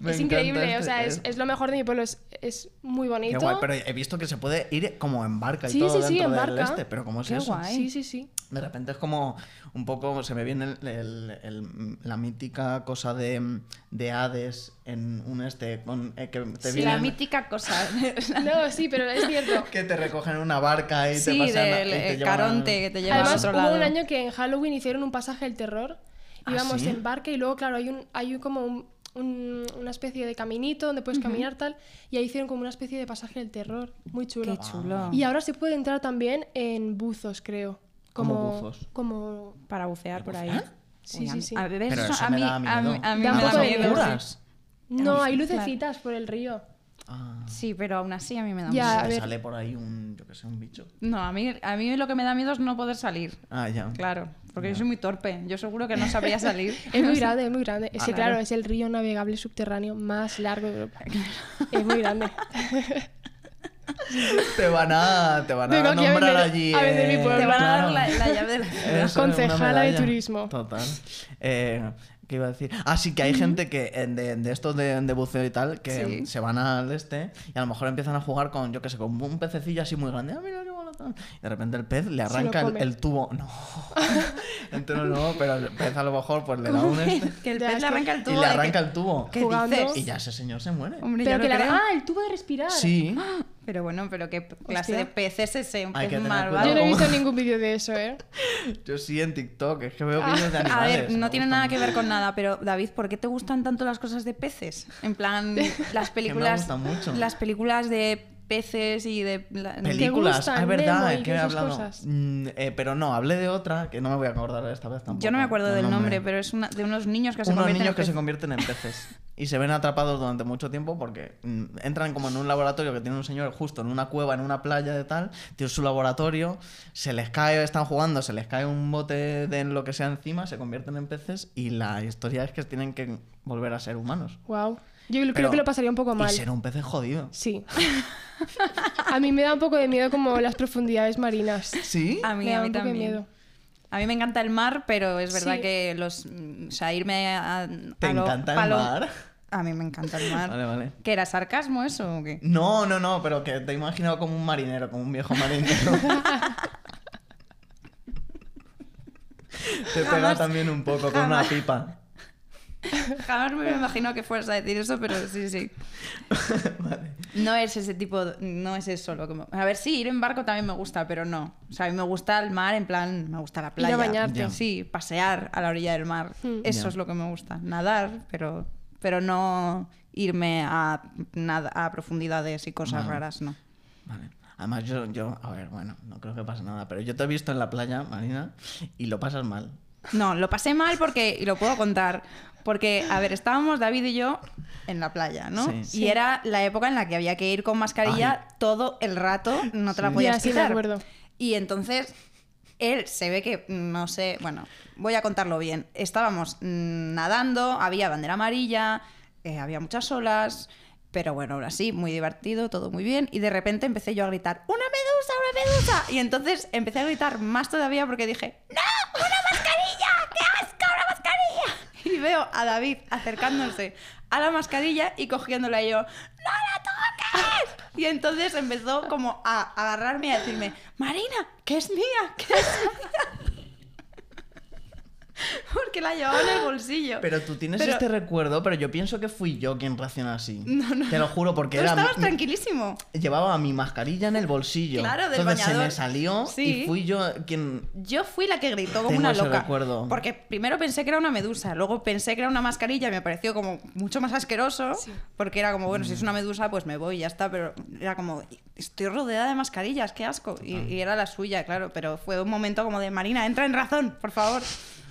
Speaker 1: Me
Speaker 3: es
Speaker 1: encanta
Speaker 3: increíble,
Speaker 1: este-
Speaker 3: o sea, es, es lo mejor de mi pueblo. Es, es muy bonito.
Speaker 1: Qué guay, pero he visto que se puede ir como en barca y
Speaker 3: Sí,
Speaker 1: todo
Speaker 3: sí, sí,
Speaker 1: dentro
Speaker 3: en
Speaker 1: del
Speaker 3: barca.
Speaker 1: este, pero ¿cómo es
Speaker 2: Qué
Speaker 1: eso?
Speaker 2: guay.
Speaker 3: Sí, sí, sí.
Speaker 1: De repente es como un poco, se me viene el- el- el- la mítica cosa de, mm, de Hades en un este, con, eh, que te
Speaker 2: Sí, la
Speaker 1: vienen-
Speaker 2: mítica cosa.
Speaker 3: No, sí, pero es cierto.
Speaker 1: que te recogen en una barca y te
Speaker 2: sí,
Speaker 1: pasan a- y
Speaker 2: del
Speaker 1: te
Speaker 2: eh,
Speaker 1: llevan al-
Speaker 2: Caronte que te lleva a
Speaker 3: Además,
Speaker 2: otro
Speaker 3: hubo
Speaker 2: lado.
Speaker 3: un año que en Halloween hicieron un pasaje del terror.
Speaker 1: ¿Ah,
Speaker 3: Íbamos
Speaker 1: sí?
Speaker 3: en barca y luego, claro, hay un, hay un- como un- un- una especie de caminito donde puedes caminar tal. Y ahí hicieron como una especie de pasaje del terror. Muy chulo.
Speaker 2: Qué
Speaker 1: Ah.
Speaker 2: chulo.
Speaker 3: Y ahora se puede entrar también en buzos, creo.
Speaker 1: ¿Cómo
Speaker 3: Como
Speaker 1: buzos?
Speaker 3: Como
Speaker 2: para bucear por ahí.
Speaker 3: Sí,
Speaker 2: Uy, a
Speaker 3: sí,
Speaker 2: mí-
Speaker 3: sí.
Speaker 2: A, ver,
Speaker 1: Pero
Speaker 2: eso
Speaker 1: eso
Speaker 2: a
Speaker 1: me
Speaker 2: mí,
Speaker 1: da
Speaker 2: a mí-
Speaker 1: miedo.
Speaker 2: a mí
Speaker 3: Da un
Speaker 2: me da
Speaker 3: poco de
Speaker 2: miedo.
Speaker 3: miedo,
Speaker 1: ¿Oscuras?
Speaker 3: No, hay
Speaker 2: claro.
Speaker 3: lucecitas por el río.
Speaker 1: Ah,
Speaker 2: Sí, pero aún así a mí me da
Speaker 3: Ya.
Speaker 2: miedo.
Speaker 3: a
Speaker 1: te
Speaker 3: ver.
Speaker 1: sale por ahí un, yo que sé, un bicho.
Speaker 2: No, a mí, a mí lo que me da miedo es no poder salir.
Speaker 1: Ah, ya.
Speaker 2: Claro, porque yo soy muy torpe. Yo seguro que no sabría salir.
Speaker 3: Es muy grande, es muy grande. Es
Speaker 2: Ah,
Speaker 3: que,
Speaker 2: claro.
Speaker 3: claro, es el río navegable subterráneo más largo de Europa. Es muy grande.
Speaker 1: Te van a, te van a
Speaker 3: Tengo que
Speaker 1: nombrar
Speaker 3: vender-
Speaker 1: allí.
Speaker 3: a vender mi
Speaker 1: eh,
Speaker 3: pueblo.
Speaker 2: Te van a dar
Speaker 1: claro. Eh,
Speaker 2: la, la llave de la ciudad.
Speaker 1: Eso, una
Speaker 3: Concejala de
Speaker 1: medalla.
Speaker 3: turismo.
Speaker 1: Total. Eh, ¿Qué iba a decir? Ah, sí, que hay gente que eh, de, de estos de, de buceo y tal, que
Speaker 2: Sí.
Speaker 1: se van al este y a lo mejor empiezan a jugar con, yo qué sé, con un pececillo así muy grande. Ah, mira qué mono tal. Y de repente el pez le
Speaker 3: lo
Speaker 1: arranca el,
Speaker 3: come.
Speaker 1: el tubo. No. el tubo no, pero el pez a lo mejor pues le da un este
Speaker 2: Que el
Speaker 3: Ya,
Speaker 2: pez
Speaker 3: es
Speaker 2: le
Speaker 3: que-
Speaker 2: arranca el
Speaker 1: y
Speaker 2: tubo.
Speaker 1: le
Speaker 2: de que-
Speaker 1: arranca el tubo.
Speaker 2: ¿Qué
Speaker 3: Jugando.
Speaker 2: dices?
Speaker 1: Y ya ese señor se muere.
Speaker 2: Hombre,
Speaker 3: Pero
Speaker 2: yo
Speaker 3: que
Speaker 2: lo
Speaker 3: la-
Speaker 2: creo.
Speaker 3: Ah, el tubo de respirar.
Speaker 1: Sí.
Speaker 2: Pero bueno, pero qué clase de pez es ese, un
Speaker 1: Hay
Speaker 2: pez
Speaker 1: que tener
Speaker 2: malvado.
Speaker 3: Yo no he
Speaker 1: Como-
Speaker 3: visto ningún vídeo de eso, ¿eh?
Speaker 1: Yo sí en TikTok, es que veo vídeos de
Speaker 2: Ah. A
Speaker 1: animales.
Speaker 2: ver, no
Speaker 1: me
Speaker 2: tiene
Speaker 1: gustan
Speaker 2: nada
Speaker 1: mucho.
Speaker 2: que ver con nada, pero David, ¿por qué te gustan tanto las cosas de peces? En plan, las películas.
Speaker 1: gustan mucho.
Speaker 2: Las películas de peces y de. la-
Speaker 1: Películas, ah,
Speaker 3: gustan
Speaker 1: es
Speaker 3: Nemo
Speaker 1: verdad,
Speaker 3: y
Speaker 1: es que he
Speaker 3: esas
Speaker 1: hablado.
Speaker 3: cosas?
Speaker 1: Mm, eh, pero no, hablé de otra que no me voy a acordar esta vez tampoco.
Speaker 2: Yo no me acuerdo del nombre,
Speaker 1: pero
Speaker 2: pero es una, de unos niños que se
Speaker 1: Unos
Speaker 2: convierten
Speaker 1: niños
Speaker 2: en
Speaker 1: que se
Speaker 2: peces.
Speaker 1: convierten en peces y se ven atrapados durante mucho tiempo porque mm, entran como en un laboratorio que tiene un señor justo en una cueva, en una playa de tal, tiene su laboratorio, se les cae, están jugando, se les cae un bote de lo que sea encima, se convierten en peces y la historia es que tienen que volver a ser humanos.
Speaker 3: Wow. Yo creo
Speaker 1: Pero-
Speaker 3: que lo pasaría un poco mal.
Speaker 1: Y ser un pez es jodido.
Speaker 3: Sí. A mí me da un poco de miedo como las profundidades marinas.
Speaker 1: ¿Sí?
Speaker 2: A mí,
Speaker 3: me da
Speaker 2: a mí
Speaker 3: un poco de
Speaker 2: también.
Speaker 3: miedo.
Speaker 2: A mí me encanta el mar, pero es verdad
Speaker 3: Sí.
Speaker 2: que los. mm, O sea, irme a.
Speaker 1: ¿Te
Speaker 2: a lo-
Speaker 1: encanta el
Speaker 2: pa lo-
Speaker 1: mar?
Speaker 2: A mí me encanta el mar.
Speaker 1: Vale, vale.
Speaker 2: ¿Que era sarcasmo eso o qué?
Speaker 1: No, no, no, pero que te he imaginado como un marinero, como un viejo marinero. te pega
Speaker 2: Jamás-
Speaker 1: también un poco con una
Speaker 2: jamás.
Speaker 1: pipa.
Speaker 2: Jamás me imagino que fueras a decir eso, pero sí, sí.
Speaker 1: Vale.
Speaker 2: No es ese tipo, de- no es eso lo que me- A ver, sí, ir en barco también me gusta, pero no. O sea, a mí me gusta el mar, en plan, me gusta la playa.
Speaker 3: bañarte.
Speaker 1: Ya.
Speaker 2: Sí, pasear a la orilla del mar.
Speaker 3: Mm.
Speaker 2: Eso
Speaker 1: Ya.
Speaker 2: es lo que me gusta. Nadar, pero, pero no irme a, nada, a profundidades y cosas
Speaker 1: Vale.
Speaker 2: raras, no.
Speaker 1: Vale. Además, yo, yo, a ver, bueno, no creo que pase nada, pero yo te he visto en la playa, Marina, y lo pasas mal.
Speaker 2: No, lo pasé mal porque, y lo puedo contar, porque, a ver, estábamos David y yo en la playa, ¿no?
Speaker 1: Sí.
Speaker 2: Y
Speaker 1: Sí.
Speaker 2: era la época en la que había que ir con mascarilla todo el rato, no te la
Speaker 1: Sí.
Speaker 2: podías
Speaker 3: Ya, sí, me
Speaker 2: quitar.
Speaker 3: acuerdo.
Speaker 2: Y entonces él se ve que, no sé, bueno, voy a contarlo bien. Estábamos mm, nadando, había bandera amarilla, eh, había muchas olas, pero bueno, ahora sí, muy divertido, todo muy bien. Y de repente empecé yo a gritar, ¡Una medusa, una medusa! Y entonces empecé a gritar más todavía porque dije, ¡No! Y veo a David acercándose a la mascarilla y cogiéndola y yo, ¡No la toques! Y entonces empezó como a agarrarme y a decirme, Marina, que es mía, que es mía. Porque la llevaba en el bolsillo.
Speaker 1: Pero tú tienes
Speaker 2: Pero-
Speaker 1: este recuerdo, pero yo pienso que fui yo quien reaccionó así.
Speaker 2: No, no.
Speaker 1: Te lo juro, porque
Speaker 2: Tú
Speaker 1: era.
Speaker 2: estabas
Speaker 1: mi-
Speaker 2: tranquilísimo.
Speaker 1: Llevaba mi mascarilla en el bolsillo.
Speaker 2: Claro, del
Speaker 1: Entonces se
Speaker 2: bañador.
Speaker 1: me salió
Speaker 2: Sí.
Speaker 1: y fui yo quien.
Speaker 2: Yo fui la que gritó como
Speaker 1: Tengo
Speaker 2: una
Speaker 1: ese
Speaker 2: loca.
Speaker 1: recuerdo.
Speaker 2: Porque primero pensé que era una medusa, luego pensé que era una mascarilla, me pareció como mucho más asqueroso,
Speaker 3: Sí.
Speaker 2: porque era como, bueno, si es
Speaker 1: Mm.
Speaker 2: una medusa, pues me voy y ya está, pero era como, estoy rodeada de mascarillas, qué asco.
Speaker 1: Ah.
Speaker 2: Y, y era la suya, claro, pero fue un momento como de, Marina, entra en razón, por favor.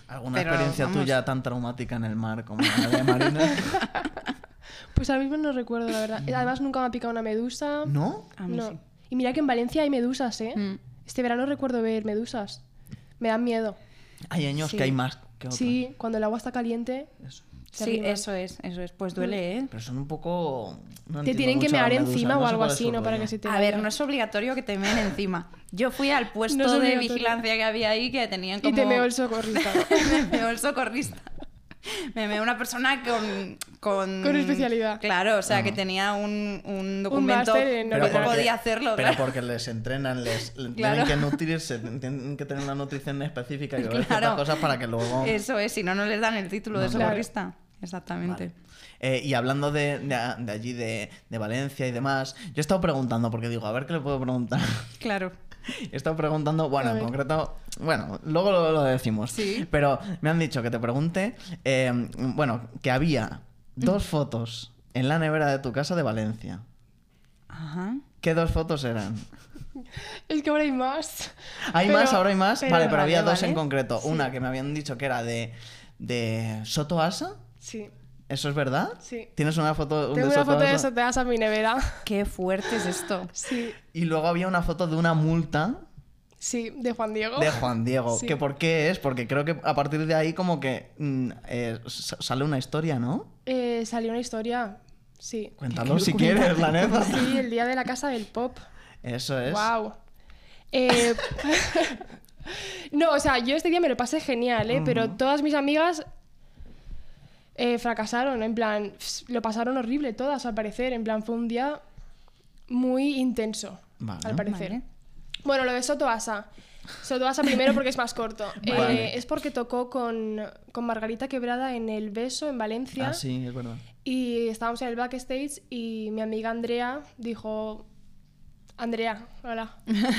Speaker 1: Alguna
Speaker 2: Pero,
Speaker 1: experiencia
Speaker 2: vamos.
Speaker 1: tuya tan traumática en el mar como la de Marina.
Speaker 3: Pues ahora mismo no recuerdo, la verdad. Además, nunca me ha picado una medusa.
Speaker 1: Mm. ¿No?
Speaker 2: A mí
Speaker 3: No.
Speaker 2: sí.
Speaker 3: Y mira que en Valencia hay medusas, ¿eh?
Speaker 2: Mm.
Speaker 3: Este verano recuerdo ver medusas. Me dan miedo.
Speaker 1: Hay años
Speaker 2: Sí.
Speaker 1: que hay más que otros.
Speaker 3: Sí, cuando el agua está caliente,
Speaker 1: Eso.
Speaker 3: Se
Speaker 2: Sí,
Speaker 3: arriman.
Speaker 2: eso es, eso es. Pues duele, ¿eh?
Speaker 1: Pero son un poco. no
Speaker 3: te
Speaker 1: entiendo
Speaker 3: tienen que
Speaker 1: mucho las
Speaker 3: mear
Speaker 1: medusas,
Speaker 3: encima
Speaker 1: no
Speaker 3: o
Speaker 1: sé
Speaker 3: algo
Speaker 1: cuál es
Speaker 3: así,
Speaker 1: su
Speaker 3: ¿no? Para
Speaker 1: rollo.
Speaker 3: que se te
Speaker 2: A
Speaker 3: vaya.
Speaker 2: ver, no es obligatorio que te meen encima. Yo fui al
Speaker 3: No
Speaker 2: puesto
Speaker 3: es
Speaker 2: de
Speaker 3: obligatorio.
Speaker 2: vigilancia que había ahí que tenían como...
Speaker 3: Y te meo el socorrista.
Speaker 2: me meó el socorrista. Me meó una persona con, con...
Speaker 3: Con especialidad.
Speaker 2: Claro, o sea, que
Speaker 1: Ajá.
Speaker 2: tenía un, un documento
Speaker 3: máster en
Speaker 2: que
Speaker 3: Pero
Speaker 2: no
Speaker 3: porque-
Speaker 2: podía hacerlo.
Speaker 1: pero
Speaker 2: claro.
Speaker 1: porque les entrenan, les
Speaker 2: Claro.
Speaker 1: tienen que nutrirse, tienen que tener una nutrición específica y beber
Speaker 2: Claro.
Speaker 1: ciertas cosas para que luego.
Speaker 2: Eso es, si no, no les dan el título de
Speaker 1: No.
Speaker 3: Claro.
Speaker 2: socorrista. Exactamente.
Speaker 1: Eh, y hablando de, de- de allí, de, de Valencia y demás, yo he estado preguntando, porque digo, a ver qué le puedo preguntar.
Speaker 2: Claro.
Speaker 1: He estado preguntando, bueno,
Speaker 3: A
Speaker 1: en
Speaker 3: ver.
Speaker 1: concreto, bueno, luego lo, lo decimos.
Speaker 2: Sí.
Speaker 1: Pero me han dicho que te pregunte, eh, bueno, que había dos fotos en la nevera de tu casa de Valencia.
Speaker 2: Ajá.
Speaker 1: ¿Qué dos fotos eran?
Speaker 3: Es que ahora hay más.
Speaker 1: Hay
Speaker 3: Pero-
Speaker 1: más, ahora hay más.
Speaker 3: pero-
Speaker 1: vale, pero había
Speaker 2: vale,
Speaker 1: dos en
Speaker 2: vale.
Speaker 1: concreto. Una que me habían dicho que era de, de Soto Asa.
Speaker 3: Sí.
Speaker 1: ¿Eso es verdad?
Speaker 3: Sí.
Speaker 1: ¿Tienes una foto
Speaker 3: Tengo
Speaker 1: de
Speaker 3: una
Speaker 1: Soto
Speaker 3: foto de
Speaker 1: Asa?
Speaker 3: eso, te das a mi nevera.
Speaker 2: Qué fuerte es esto.
Speaker 3: Sí,
Speaker 1: Y luego había una foto de una multa
Speaker 3: sí, de Juan Diego.
Speaker 1: de Juan Diego.
Speaker 3: Oh, Sí.
Speaker 1: ¿Que por qué es? Porque creo que a partir de ahí como que mm, eh, s- sale una historia, ¿no?
Speaker 3: Eh, salió una historia, sí.
Speaker 1: Cuéntalo si quieres, la neta.
Speaker 3: Sí, el día de la casa del pop.
Speaker 1: Eso es.
Speaker 3: Wow. Eh, no, o sea, yo este día me lo pasé genial, ¿eh? Pero
Speaker 1: Ujú.
Speaker 3: todas mis amigas eh, fracasaron, en plan, pss, lo pasaron horrible todas al parecer, en plan, fue un día muy intenso,
Speaker 1: Vale.
Speaker 3: al parecer.
Speaker 2: Vale.
Speaker 3: Bueno, lo de Sotoasa. Sotoasa primero porque es más corto. Eh,
Speaker 1: Vale.
Speaker 3: es porque tocó con, con Margarita Quebrada en El Beso, en Valencia.
Speaker 1: Ah, sí, es verdad.
Speaker 3: Y estábamos en el backstage y mi amiga Andrea dijo, Andrea, hola.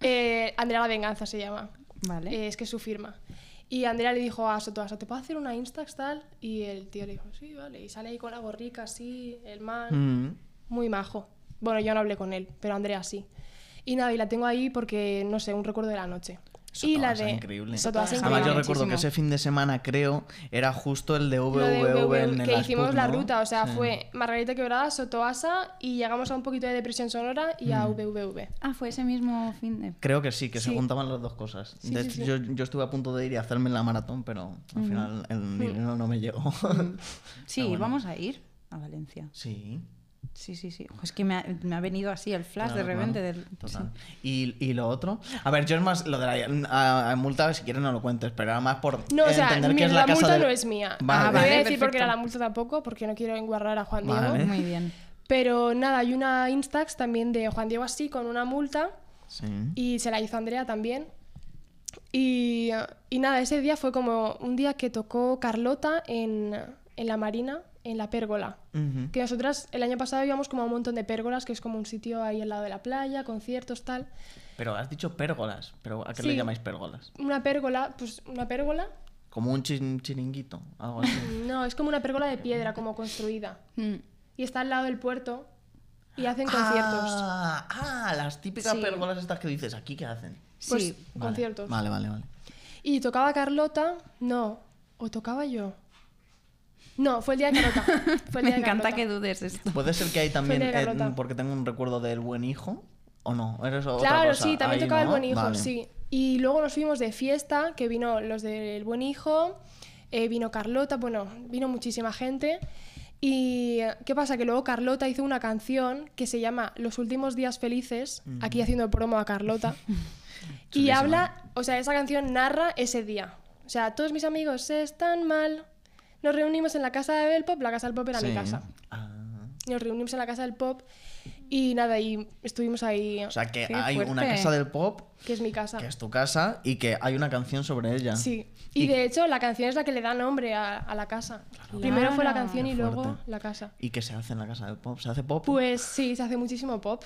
Speaker 3: Eh, Andrea la Venganza se llama.
Speaker 2: Vale.
Speaker 3: Eh, es que es su firma. Y Andrea le dijo a Soto, Soto, ¿te puedo hacer una Instax tal? Y el tío le dijo, sí, vale. Y sale ahí con la gorrica así, el man.
Speaker 1: Mm.
Speaker 3: Muy majo. Bueno, yo no hablé con él, pero Andrea sí. Y nada, y la tengo ahí porque, no sé, un recuerdo de la noche.
Speaker 1: Soto
Speaker 3: y la
Speaker 1: Asa,
Speaker 3: de...
Speaker 1: increíble.
Speaker 2: Soto
Speaker 3: Sotoasa,
Speaker 2: Asa,
Speaker 1: Además, yo
Speaker 2: Increíble,
Speaker 1: recuerdo que
Speaker 2: muchísimo.
Speaker 1: ese fin de semana, creo, era justo el de
Speaker 3: Lo de
Speaker 1: VVV en
Speaker 3: VVV,
Speaker 1: el
Speaker 3: que hicimos
Speaker 1: Asput,
Speaker 3: la
Speaker 1: ¿no?
Speaker 3: ruta, o sea,
Speaker 1: Sí.
Speaker 3: fue Margarita Quebrada, Sotoasa y llegamos a un poquito de depresión sonora y
Speaker 1: Mm.
Speaker 3: a VVV.
Speaker 2: Ah, fue ese mismo fin de...
Speaker 1: Creo que sí, que se
Speaker 3: Sí.
Speaker 1: juntaban las dos cosas.
Speaker 3: Sí,
Speaker 1: de
Speaker 3: sí,
Speaker 1: hecho,
Speaker 3: sí.
Speaker 1: Yo, yo estuve a punto de ir y hacerme la maratón, pero al final el dinero no me llegó.
Speaker 2: Sí,
Speaker 1: Ah, bueno.
Speaker 2: vamos a ir a Valencia.
Speaker 1: sí.
Speaker 2: Sí, sí, sí. Ojo, Es que me ha, me ha venido así el flash de
Speaker 1: claro,
Speaker 2: repente
Speaker 1: claro.
Speaker 2: del...
Speaker 1: Total. Y, y lo otro. A ver, yo es más. Lo de la a- a multa, si quieres, no lo cuentes, pero era más por.
Speaker 3: No, o sea,
Speaker 1: entender que
Speaker 3: mira,
Speaker 1: es
Speaker 3: la,
Speaker 1: la, casa
Speaker 3: multa
Speaker 1: del-
Speaker 3: no es mía.
Speaker 1: Vale.
Speaker 2: Ah, vale,
Speaker 3: No voy a decir
Speaker 2: perfecto.
Speaker 3: porque era la multa tampoco, porque no quiero enguarrar a Juan Diego.
Speaker 1: Vale.
Speaker 2: Sí. Muy bien.
Speaker 3: Pero nada, hay una Instax también de Juan Diego así, con una multa,
Speaker 1: Sí.
Speaker 3: y se la hizo Andrea también. Y, y nada, ese día fue como un día que tocó Carlota en, en la Marina, en la Pérgola.
Speaker 1: Ujú.
Speaker 3: Que nosotras el año pasado íbamos como a un montón de pérgolas, que es como un sitio ahí al lado de la playa, conciertos, tal.
Speaker 1: Pero has dicho pérgolas. ¿Pero a qué le
Speaker 3: Sí.
Speaker 1: llamáis pérgolas?
Speaker 3: Una pérgola, pues una pérgola,
Speaker 1: Como un chin- chiringuito, algo así.
Speaker 3: no, es como una pérgola de piedra, como construida.
Speaker 2: Mm.
Speaker 3: Y está al lado del puerto y hacen conciertos.
Speaker 1: Ah, ah, las típicas
Speaker 2: Sí.
Speaker 1: pérgolas estas que dices, ¿aquí qué hacen?
Speaker 3: Pues,
Speaker 2: Sí.
Speaker 1: Vale,
Speaker 3: conciertos.
Speaker 1: Vale, vale, vale.
Speaker 3: Y tocaba Carlota, no, o tocaba yo. No, fue el día de Carlota. Fue el
Speaker 2: Me
Speaker 3: día de
Speaker 2: encanta
Speaker 3: Carlota.
Speaker 2: que dudes esto.
Speaker 1: Puede ser que hay también,
Speaker 3: Soy de
Speaker 1: eh,
Speaker 3: Carlota.
Speaker 1: porque tengo un recuerdo del buen hijo, ¿o no? ¿Eres otra
Speaker 3: Claro,
Speaker 1: cosa?
Speaker 3: sí, también
Speaker 1: Ahí,
Speaker 3: tocaba el
Speaker 1: ¿no?
Speaker 3: Buen Hijo,
Speaker 1: Vale.
Speaker 3: sí. Y luego nos fuimos de fiesta, que vino los del Buen Hijo, eh, vino Carlota, bueno, vino muchísima gente. Y eh, qué pasa, que luego Carlota hizo una canción que se llama Los últimos días felices, aquí haciendo promo a Carlota. y
Speaker 1: Mm. Chulísima.
Speaker 3: habla, o sea, esa canción narra ese día. O sea, todos mis amigos están mal. Nos reunimos en la casa del pop, la casa del pop era mi
Speaker 1: Sí.
Speaker 3: casa.
Speaker 1: Ah.
Speaker 3: Nos reunimos en la casa del pop y nada, y estuvimos ahí,
Speaker 1: O sea, que
Speaker 2: Qué
Speaker 1: hay una
Speaker 2: fuerte.
Speaker 1: casa del pop,
Speaker 3: que es mi casa.
Speaker 1: que es tu casa, y que hay una canción sobre ella.
Speaker 3: Sí. Y,
Speaker 1: Ah. Y-
Speaker 3: de hecho, la canción es la que le da nombre a, a la casa. Primero fue la canción y
Speaker 1: Qué
Speaker 3: luego
Speaker 1: fuerte.
Speaker 3: la casa.
Speaker 1: ¿Y qué se hace en la casa del pop? ¿Se hace pop?
Speaker 3: Pues sí, se hace muchísimo pop.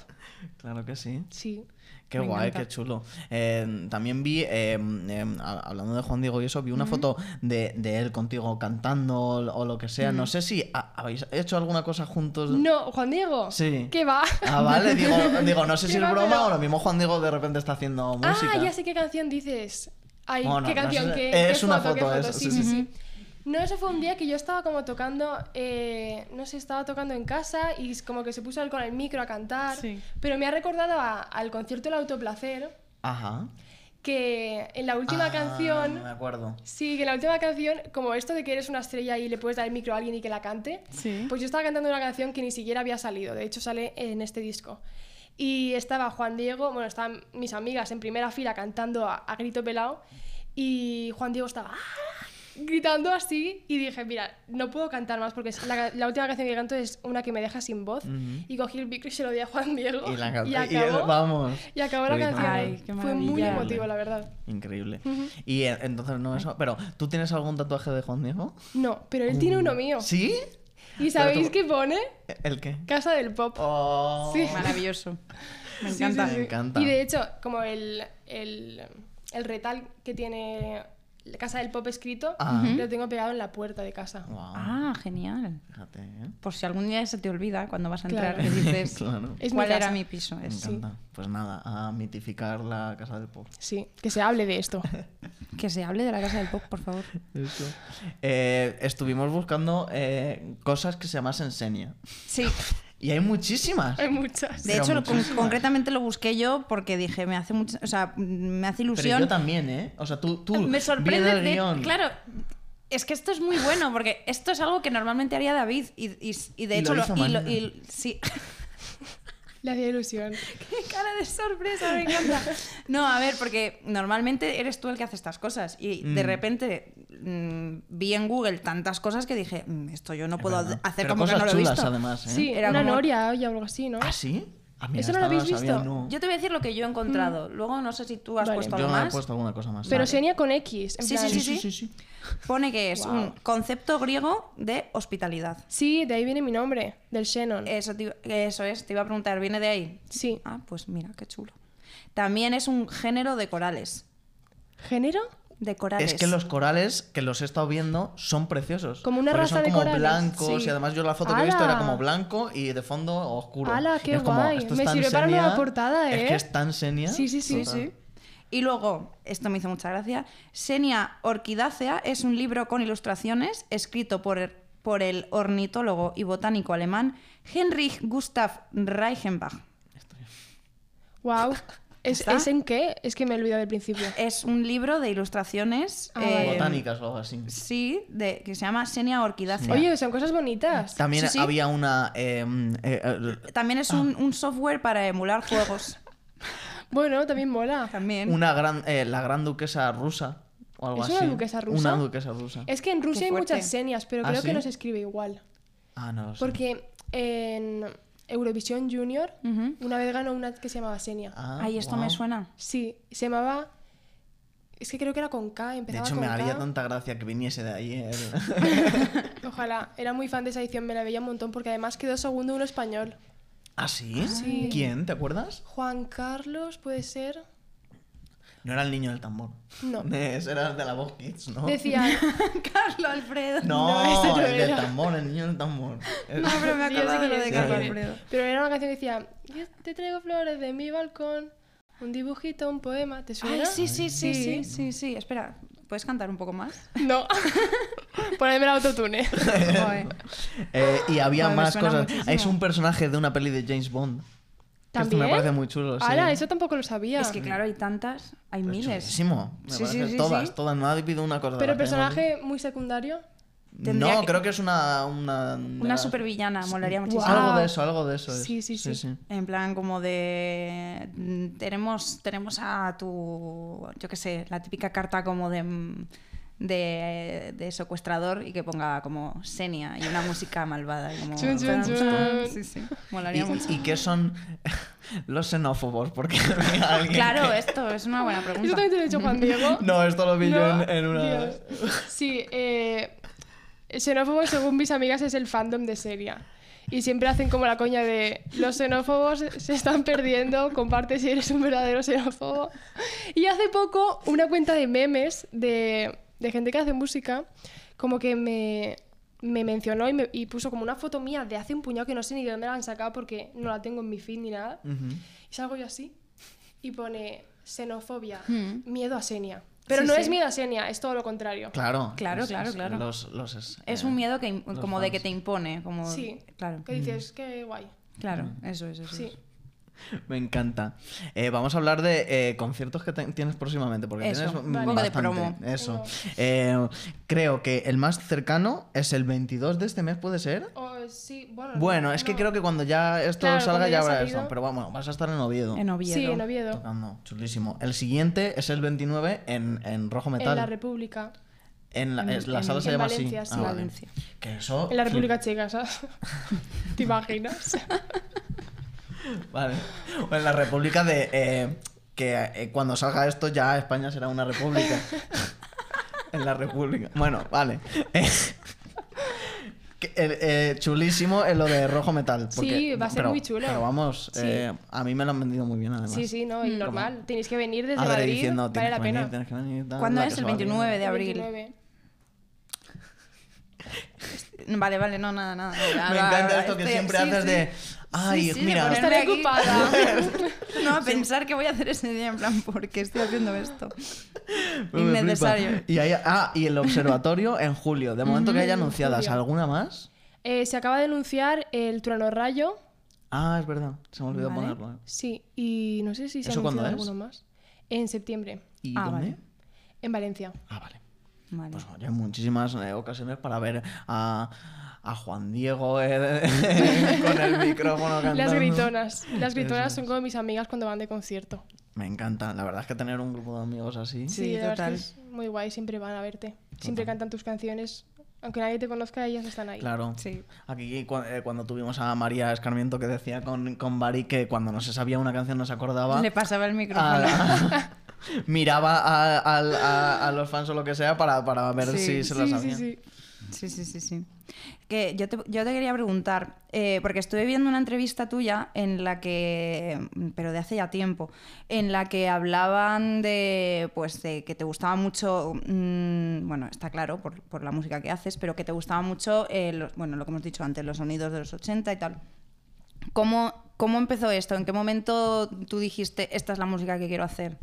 Speaker 1: Claro que sí.
Speaker 3: Sí.
Speaker 1: Qué
Speaker 2: Me
Speaker 1: guay,
Speaker 2: encanta.
Speaker 1: qué chulo. Eh, también vi, eh, em, a- hablando de Juan Diego y eso, vi una foto de, de él contigo cantando o, o lo que sea. No sé si ha- habéis hecho alguna cosa juntos.
Speaker 3: Mm. No, Juan Diego.
Speaker 1: Pues Sí.
Speaker 3: ¿Qué va?
Speaker 1: Ah, vale, digo, digo no sé si
Speaker 3: Qué
Speaker 1: es
Speaker 3: va,
Speaker 1: broma
Speaker 3: pero-
Speaker 1: o lo mismo Juan Diego de repente está haciendo música.
Speaker 3: Ah, ya sé qué canción dices. Ay,
Speaker 1: Bueno,
Speaker 3: qué
Speaker 1: no
Speaker 3: canción,
Speaker 1: sé- eh,
Speaker 3: qué,
Speaker 1: es
Speaker 3: qué
Speaker 1: una
Speaker 3: foto, qué
Speaker 1: foto,
Speaker 3: foto.
Speaker 1: es-
Speaker 3: sí,
Speaker 1: sí,
Speaker 3: sí, sí. No, eso fue un día que yo estaba como tocando, eh, no sé, estaba tocando en casa y es como que se puso él con el micro a cantar.
Speaker 2: Sí.
Speaker 3: Pero me ha recordado a- al concierto El Autoplacer,
Speaker 1: Ajá.
Speaker 3: que en la última
Speaker 1: Ah,
Speaker 3: canción
Speaker 1: Me acuerdo.
Speaker 3: Sí, que la última canción, como esto de que eres una estrella y le puedes dar el micro a alguien y que la cante,
Speaker 2: Sí.
Speaker 3: pues yo estaba cantando una canción que ni siquiera había salido, de hecho sale en este disco. Y estaba Juan Diego, bueno, estaban mis amigas en primera fila cantando a, a grito pelado y Juan Diego estaba "Ah", gritando así y dije, mira, no puedo cantar más porque es la, la última canción que canto es una que me deja sin voz
Speaker 1: Ujú.
Speaker 3: y cogí el micro y se lo di a Juan Diego
Speaker 1: Mm. Y la can- y él-
Speaker 3: acabó,
Speaker 1: vamos.
Speaker 3: y acabó la
Speaker 1: Qué
Speaker 3: canción.
Speaker 2: Ay, qué
Speaker 3: Fue muy
Speaker 2: maravilla.
Speaker 3: emotivo, la verdad.
Speaker 1: Increíble. Y eh, entonces no eso. Pero, ¿tú tienes algún tatuaje de Juan Diego? Uh.
Speaker 3: No, pero él
Speaker 1: Mm.
Speaker 3: tiene uno mío.
Speaker 1: ¿Sí? Pero
Speaker 3: ¿Y sabéis
Speaker 1: tú-
Speaker 3: qué pone?
Speaker 1: ¿El qué?
Speaker 3: Casa del Pop.
Speaker 1: Oh.
Speaker 3: Sí.
Speaker 2: Maravilloso. Me
Speaker 3: Sí,
Speaker 2: encanta.
Speaker 3: sí, sí.
Speaker 1: Me encanta.
Speaker 3: Y de hecho, como el, el, el retal que tiene la Casa del Pop escrito,
Speaker 1: Ah. Oh.
Speaker 3: lo tengo pegado en la puerta de casa.
Speaker 1: Guau,
Speaker 2: Ah, genial.
Speaker 1: Fíjate, ¿eh?
Speaker 2: Por si algún día se te olvida cuando vas a entrar,
Speaker 3: Claro.
Speaker 2: que dices,
Speaker 1: Claro.
Speaker 3: Es mi
Speaker 2: ¿cuál era
Speaker 3: casa.
Speaker 2: mi piso?
Speaker 1: Me
Speaker 2: Es-
Speaker 1: encanta. Pues nada, a mitificar la casa del pop.
Speaker 3: Sí, que se hable de esto.
Speaker 2: Que se hable de la casa del pop, por favor.
Speaker 1: Eso. Eh, estuvimos buscando eh, cosas que se llamasen Senia.
Speaker 2: Sí.
Speaker 1: Y hay muchísimas.
Speaker 3: Hay muchas.
Speaker 2: De
Speaker 1: Pero
Speaker 2: hecho, lo- con-
Speaker 1: muchísimas.
Speaker 2: concretamente lo busqué yo porque dije, me hace mucha, o sea, me hace
Speaker 1: Pero
Speaker 2: ilusión.
Speaker 1: yo también, ¿eh? O sea, tú, tú
Speaker 2: me sorprende.
Speaker 1: viendo el
Speaker 2: de-
Speaker 1: guión.
Speaker 2: claro, es que esto es muy bueno, porque esto es algo que normalmente haría David. Y, y- y de
Speaker 1: Y
Speaker 2: hecho,
Speaker 1: lo hizo
Speaker 2: y
Speaker 1: Marina.
Speaker 2: y- sí.
Speaker 3: Le hacía ilusión.
Speaker 2: Qué cara de sorpresa, me encanta. No, a ver, porque normalmente eres tú el que hace estas cosas. Y de
Speaker 1: Mm.
Speaker 2: repente mm, vi en Google tantas cosas que dije, "Mm, esto yo no
Speaker 1: Es
Speaker 2: puedo
Speaker 1: verdad.
Speaker 2: hacer
Speaker 1: Pero
Speaker 2: como que
Speaker 1: cosas
Speaker 2: no lo he
Speaker 1: chulas,
Speaker 2: visto.
Speaker 1: además, ¿eh?
Speaker 3: Sí,
Speaker 2: Era
Speaker 3: una
Speaker 2: como-
Speaker 3: noria y algo así, ¿no?
Speaker 1: ¿Ah, sí? Ah, mira,
Speaker 3: ¿Eso no lo
Speaker 1: esta
Speaker 3: habéis
Speaker 1: sabía,
Speaker 3: visto?
Speaker 1: no.
Speaker 2: Yo te voy a decir lo que yo he encontrado. Luego no sé si tú has
Speaker 3: Mm. Vale.
Speaker 2: puesto
Speaker 1: Yo
Speaker 2: algo
Speaker 1: no he
Speaker 2: más.
Speaker 1: puesto alguna cosa más.
Speaker 3: Pero
Speaker 1: Vale.
Speaker 3: Senia con X. en
Speaker 2: Sí,
Speaker 3: plan-
Speaker 2: sí, sí, sí. Pone que es un
Speaker 3: Guau.
Speaker 2: concepto griego de hospitalidad.
Speaker 3: Sí, de ahí viene mi nombre, del Shannon.
Speaker 2: Eso, te, eso es, te iba a preguntar, ¿viene de ahí?
Speaker 3: Sí.
Speaker 2: Ah, pues mira, qué chulo. También es un género de corales.
Speaker 3: ¿Género?
Speaker 2: De corales.
Speaker 1: Es que los corales que los he estado viendo son preciosos.
Speaker 3: Como una
Speaker 1: Porque
Speaker 3: raza
Speaker 1: son
Speaker 3: de
Speaker 1: como
Speaker 3: corales,
Speaker 1: blancos
Speaker 3: sí.
Speaker 1: y además yo la foto que he visto
Speaker 3: ¡Hala!
Speaker 1: era como blanco y de fondo oscuro.
Speaker 3: ¡Hala,
Speaker 1: Y
Speaker 3: qué
Speaker 1: es como,
Speaker 3: guay!
Speaker 1: esto es
Speaker 3: Me
Speaker 1: tan
Speaker 3: sirve para
Speaker 1: senia,
Speaker 3: nueva portada,
Speaker 1: Es
Speaker 3: ¿eh?
Speaker 1: que es tan senia.
Speaker 3: Sí, sí, sí.
Speaker 1: Total.
Speaker 3: sí.
Speaker 2: Y luego, esto me hizo mucha gracia, Senia Orchidácea es un libro con ilustraciones escrito por el, por el ornitólogo y botánico alemán Heinrich Gustav Reichenbach.
Speaker 3: Wow. ¿Es,
Speaker 2: ¿Está? Eh,
Speaker 3: ¿es en qué? Es que me he olvidado del principio.
Speaker 2: Es un libro de ilustraciones em,
Speaker 3: Ah, vale.
Speaker 1: Botánicas o algo así.
Speaker 2: Sí, de, que se llama Senia Orchidácea.
Speaker 3: Oye, son cosas bonitas.
Speaker 1: También
Speaker 2: sí, sí.
Speaker 1: había una. eh, eh, eh,
Speaker 2: También es un, un software para emular juegos.
Speaker 3: Bueno, también mola.
Speaker 2: También.
Speaker 1: una gran, eh, la gran duquesa rusa o algo
Speaker 3: ¿Es
Speaker 1: así.
Speaker 3: una duquesa rusa?
Speaker 1: Una duquesa rusa.
Speaker 3: Es que en Rusia hay
Speaker 2: fuerte.
Speaker 3: muchas señas, pero
Speaker 1: ¿Ah,
Speaker 3: creo
Speaker 1: sí?
Speaker 3: que no se escribe igual.
Speaker 1: Ah, no lo sé.
Speaker 3: Porque en Eurovisión Junior
Speaker 2: Ujú.
Speaker 3: una vez ganó una que se llamaba Senia.
Speaker 1: Ah,
Speaker 2: Ay, esto me
Speaker 1: guau.
Speaker 2: suena.
Speaker 3: Sí, se llamaba Es que creo que era con K,
Speaker 1: De
Speaker 3: empezaba
Speaker 1: hecho,
Speaker 3: con
Speaker 1: me haría
Speaker 3: K.
Speaker 1: tanta gracia que viniese de ayer.
Speaker 3: Ojalá. Era muy fan de esa edición, me la veía un montón porque además quedó segundo uno español.
Speaker 1: ¿Ah, sí?
Speaker 3: Sí.
Speaker 1: ¿Quién? ¿Te acuerdas?
Speaker 3: Juan Carlos, puede ser.
Speaker 1: No era el niño del tambor.
Speaker 3: No.
Speaker 1: Ese era el de la voz kids, ¿no?
Speaker 3: Decían,
Speaker 2: Carlos Alfredo.
Speaker 1: No,
Speaker 3: No, ese no
Speaker 1: el del
Speaker 3: era.
Speaker 1: tambor, el niño del tambor.
Speaker 2: No, pero me
Speaker 3: Sí, yo sé
Speaker 2: acordaba de
Speaker 3: quién
Speaker 2: lo
Speaker 3: es,
Speaker 2: de
Speaker 1: sí,
Speaker 2: Carlos
Speaker 1: sí.
Speaker 2: Alfredo.
Speaker 3: pero era una canción que decía, yo te traigo flores de mi balcón, un dibujito, un poema, ¿te suena?
Speaker 2: Ay, sí, sí, sí,
Speaker 3: Sí.
Speaker 2: sí, sí, sí. Espera, ¿puedes cantar un poco más?
Speaker 3: No. Ponedme el autotune.
Speaker 2: Joder.
Speaker 1: Eh, y había
Speaker 2: Joder, me
Speaker 1: más
Speaker 2: suena
Speaker 1: cosas.
Speaker 2: muchísimo.
Speaker 1: Es un personaje de una peli de James Bond. Que esto
Speaker 3: ¿También?
Speaker 1: me parece muy chulo. sí.
Speaker 3: Ahora, eso tampoco lo sabía.
Speaker 2: Es que claro, hay tantas, hay
Speaker 1: Pues
Speaker 2: miles.
Speaker 1: chulísimo. Me
Speaker 2: Sí,
Speaker 1: parece
Speaker 2: sí, sí,
Speaker 1: todas,
Speaker 2: sí.
Speaker 1: todas. No ha habido una cosa. de
Speaker 3: Pero
Speaker 1: la que no-
Speaker 3: personaje muy secundario.
Speaker 2: Tendría
Speaker 1: No,
Speaker 2: que-
Speaker 1: creo que es una. Una,
Speaker 2: Una supervillana, molaría muchísimo.
Speaker 3: Guau.
Speaker 1: Algo de eso, algo de eso. es.
Speaker 3: Sí, sí, sí.
Speaker 2: En plan como de mm, tenemos tenemos a tu yo qué sé, la típica carta como de mm, de, de secuestrador y que ponga como Senia y una música malvada y como
Speaker 3: Chun, chun, chun.
Speaker 2: sí, sí,
Speaker 1: ¿Y,
Speaker 2: molaría mucho.
Speaker 1: y qué son los xenófobos? Porque había alguien
Speaker 2: Claro,
Speaker 1: que-
Speaker 2: esto es una buena
Speaker 3: Eso
Speaker 2: pregunta.
Speaker 3: también te lo he dicho Juan Diego.
Speaker 1: No, esto lo vi yo
Speaker 3: No,
Speaker 1: en, en una.
Speaker 3: Dios. Sí, eh, xenófobo según mis amigas es el fandom de Seria. Y siempre hacen como la coña de los xenófobos se están perdiendo, comparte si eres un verdadero xenófobo. Y hace poco una cuenta de memes de, de gente que hace música como que me, me mencionó y, me- y puso como una foto mía de hace un puñado que no sé ni de dónde la han sacado porque no la tengo en mi feed ni nada.
Speaker 1: Ujú.
Speaker 3: Y salgo yo así y pone xenofobia,
Speaker 2: Hmm.
Speaker 3: miedo a Senia. Pero
Speaker 2: Sí,
Speaker 3: no
Speaker 2: sí.
Speaker 3: es miedo a Senia, es todo lo contrario.
Speaker 1: Claro.
Speaker 2: Claro,
Speaker 1: es-
Speaker 2: claro,
Speaker 1: es-
Speaker 2: claro.
Speaker 1: los- los es-
Speaker 2: Es
Speaker 1: eh,
Speaker 2: un miedo que im-
Speaker 1: los
Speaker 2: como de que
Speaker 1: fans.
Speaker 2: te impone, como
Speaker 3: Sí.
Speaker 2: claro.
Speaker 1: Hmm.
Speaker 3: Que dices, qué guay.
Speaker 2: Claro,
Speaker 1: Ah.
Speaker 2: eso, eso, eso.
Speaker 3: Sí.
Speaker 2: eso.
Speaker 1: Me encanta. Eh, vamos a hablar de eh, conciertos que te- tienes próximamente, porque
Speaker 2: Eso,
Speaker 1: tienes
Speaker 2: vale.
Speaker 1: mm,
Speaker 2: Un poco de promo.
Speaker 1: Eso.
Speaker 3: Venga.
Speaker 1: Eh, creo que el más cercano es el 22 de este mes, ¿puede ser?
Speaker 3: O, sí, bueno,
Speaker 1: Bueno, es que
Speaker 3: no.
Speaker 1: creo que cuando ya esto
Speaker 3: Claro,
Speaker 1: salga
Speaker 3: cuando
Speaker 1: ya
Speaker 3: ya ha
Speaker 1: habrá
Speaker 3: salido.
Speaker 1: eso. Pero bueno, vas a estar en Oviedo.
Speaker 2: En Oviedo.
Speaker 3: Sí, en Oviedo.
Speaker 1: Tocando, chulísimo. El siguiente es el 29 en, en Rojo Metal.
Speaker 3: En la República.
Speaker 1: En la,
Speaker 2: en-
Speaker 1: es- la
Speaker 2: en-
Speaker 1: sala se
Speaker 3: en
Speaker 1: llama
Speaker 3: Valencia,
Speaker 1: así. Ah,
Speaker 3: sí.
Speaker 1: vale.
Speaker 2: Valencia.
Speaker 1: Que eso.
Speaker 3: En la República
Speaker 1: flip-
Speaker 3: Checa, ¿sabes? ¿Te imaginas?
Speaker 1: Vale. O en la República de. eh, que eh, cuando salga esto ya España será una república. en la República. Bueno, vale. Eh, que el- eh, chulísimo es lo de rojo metal.
Speaker 3: Sí,
Speaker 1: porque-
Speaker 3: va a ser
Speaker 1: pero-
Speaker 3: muy chulo.
Speaker 1: Pero vamos,
Speaker 3: Sí.
Speaker 1: eh, a mí me lo han vendido muy bien además.
Speaker 3: sí, sí, no, y normal. Tenéis que venir desde
Speaker 1: Adri
Speaker 3: Madrid,
Speaker 1: diciendo,
Speaker 3: vale
Speaker 1: tienes
Speaker 3: la
Speaker 1: que venir,
Speaker 3: pena.
Speaker 1: tienes que venir, tal,
Speaker 2: ¿Cuándo
Speaker 1: Ah, la
Speaker 2: es?
Speaker 1: que
Speaker 2: El
Speaker 1: se va
Speaker 2: 29
Speaker 1: bien.
Speaker 2: de abril.
Speaker 3: 29.
Speaker 2: Vale, vale, no, nada, nada. nada,
Speaker 1: Me
Speaker 2: nada,
Speaker 1: encanta
Speaker 2: nada,
Speaker 1: esto que
Speaker 2: estoy-
Speaker 1: siempre
Speaker 2: Ah, este, sí,
Speaker 1: haces
Speaker 2: sí.
Speaker 1: de. Ay,
Speaker 2: Sí, sí, de
Speaker 1: mira.
Speaker 2: poner-
Speaker 3: Estaré
Speaker 2: aquí.
Speaker 3: ocupada.
Speaker 2: No, a pensar que voy a hacer ese día en plan, ¿por qué estoy haciendo esto?
Speaker 1: Me flipa.
Speaker 2: Innecesario.
Speaker 1: Y hay- ah, y el observatorio en julio. De momento que hay
Speaker 2: Mm,
Speaker 1: anunciadas,
Speaker 3: julio.
Speaker 1: ¿alguna más?
Speaker 3: Eh, se acaba de anunciar el Trueno Rayo.
Speaker 1: Ah, es verdad, se me olvidó
Speaker 2: Vale.
Speaker 1: ponerlo. ¿eh?
Speaker 3: Sí, y no sé si se ha
Speaker 1: ¿Eso cuándo
Speaker 3: anunciado
Speaker 1: es?
Speaker 3: alguno más. En septiembre,
Speaker 1: ¿Y
Speaker 2: Ah,
Speaker 1: dónde?
Speaker 2: vale.
Speaker 3: en Valencia.
Speaker 1: Ah, vale.
Speaker 2: Vale.
Speaker 1: Pues hay muchísimas eh, ocasiones para ver a, a Juan Diego eh, con el micrófono cantando.
Speaker 3: Las gritonas. Las gritonas son como mis amigas cuando van de concierto.
Speaker 1: Me encanta, la verdad es que tener un grupo de amigos así.
Speaker 2: Sí,
Speaker 3: la verdad es que
Speaker 2: total.
Speaker 3: es muy guay, siempre van a verte. Siempre
Speaker 1: Total.
Speaker 3: cantan tus canciones. Aunque nadie te conozca, ellas están ahí.
Speaker 1: Claro.
Speaker 2: Sí.
Speaker 1: Aquí cu- eh, cuando tuvimos a María Escarmiento que decía con, con Bari que cuando no se sabía una canción no se acordaba.
Speaker 2: Le pasaba el micrófono.
Speaker 1: a
Speaker 3: Ah.
Speaker 1: la- miraba a, al- a- a los fans o lo que sea para, para ver
Speaker 2: Sí,
Speaker 1: si se lo
Speaker 3: Sí, sí,
Speaker 1: sabían.
Speaker 3: sí.
Speaker 2: Sí, sí, sí, sí. Que yo te, yo te quería preguntar, eh, porque estuve viendo una entrevista tuya en la que, pero de hace ya tiempo, en la que hablaban de, pues, de que te gustaba mucho, mm, bueno, está claro por, por la música que haces, pero que te gustaba mucho, eh, los- bueno, lo que hemos dicho antes, los sonidos de los 80 y tal. ¿Cómo, ¿Cómo empezó esto? ¿En qué momento tú dijiste, esta es la música que quiero hacer?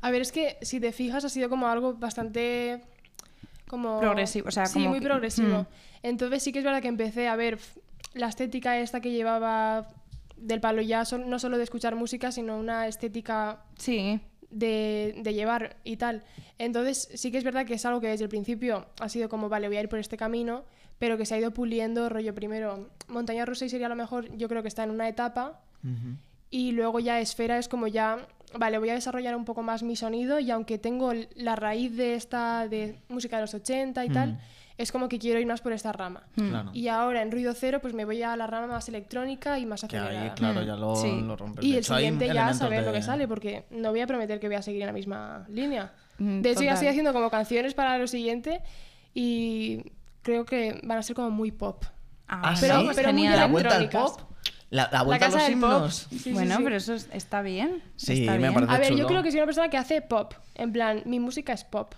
Speaker 3: A ver, es que si te fijas ha sido como algo bastante... Como...
Speaker 2: Progresivo, o sea,
Speaker 3: sí,
Speaker 2: como
Speaker 3: muy
Speaker 2: que-
Speaker 3: progresivo.
Speaker 2: Mm.
Speaker 3: Entonces sí que es verdad que empecé a ver f- la estética esta que llevaba del palo ya, sol- no solo de escuchar música, sino una estética
Speaker 2: Sí,
Speaker 3: de, de llevar y tal. Entonces sí que es verdad que es algo que desde el principio ha sido como, vale, voy a ir por este camino, pero que se ha ido puliendo rollo primero. Montaña rusa y sería a lo mejor, yo creo que está en una etapa,
Speaker 1: Ujú.
Speaker 3: y luego ya esfera es como ya, vale, voy a desarrollar un poco más mi sonido y aunque tengo l- la raíz de esta, de música de los 80 y
Speaker 1: Mm. Ah.
Speaker 3: tal, es como que quiero ir más por esta rama.
Speaker 2: Mm.
Speaker 1: Claro.
Speaker 3: Mm. Y ahora en Ruido Cero pues me voy a la rama más electrónica y más
Speaker 1: que
Speaker 3: acelerada.
Speaker 1: ahí, claro,
Speaker 2: Mm,
Speaker 1: ya lo,
Speaker 2: sí.
Speaker 1: lo rompes.
Speaker 3: Y
Speaker 1: De
Speaker 3: el
Speaker 1: hecho, hay
Speaker 3: siguiente ya
Speaker 1: elementos
Speaker 3: saber lo
Speaker 1: de-
Speaker 3: que sale, porque no voy a prometer que voy a seguir en la misma línea.
Speaker 2: Mm,
Speaker 3: De hecho, ya
Speaker 2: total.
Speaker 3: estoy haciendo como canciones para lo siguiente y creo que van a ser como muy pop.
Speaker 1: Ah,
Speaker 2: pero,
Speaker 1: ¿sí?
Speaker 2: pero muy
Speaker 3: Genial.
Speaker 1: La vuelta al
Speaker 3: electrónicas.
Speaker 1: pop. La, la vuelta
Speaker 3: casa
Speaker 1: a los
Speaker 3: del pop.
Speaker 1: himnos.
Speaker 3: Sí, sí,
Speaker 2: bueno,
Speaker 3: sí.
Speaker 2: pero eso es- está bien.
Speaker 1: Sí,
Speaker 2: está
Speaker 1: me
Speaker 2: bien.
Speaker 1: parece-
Speaker 3: A ver,
Speaker 1: chulo.
Speaker 3: yo creo que soy una persona que hace pop. En plan, mi música es pop.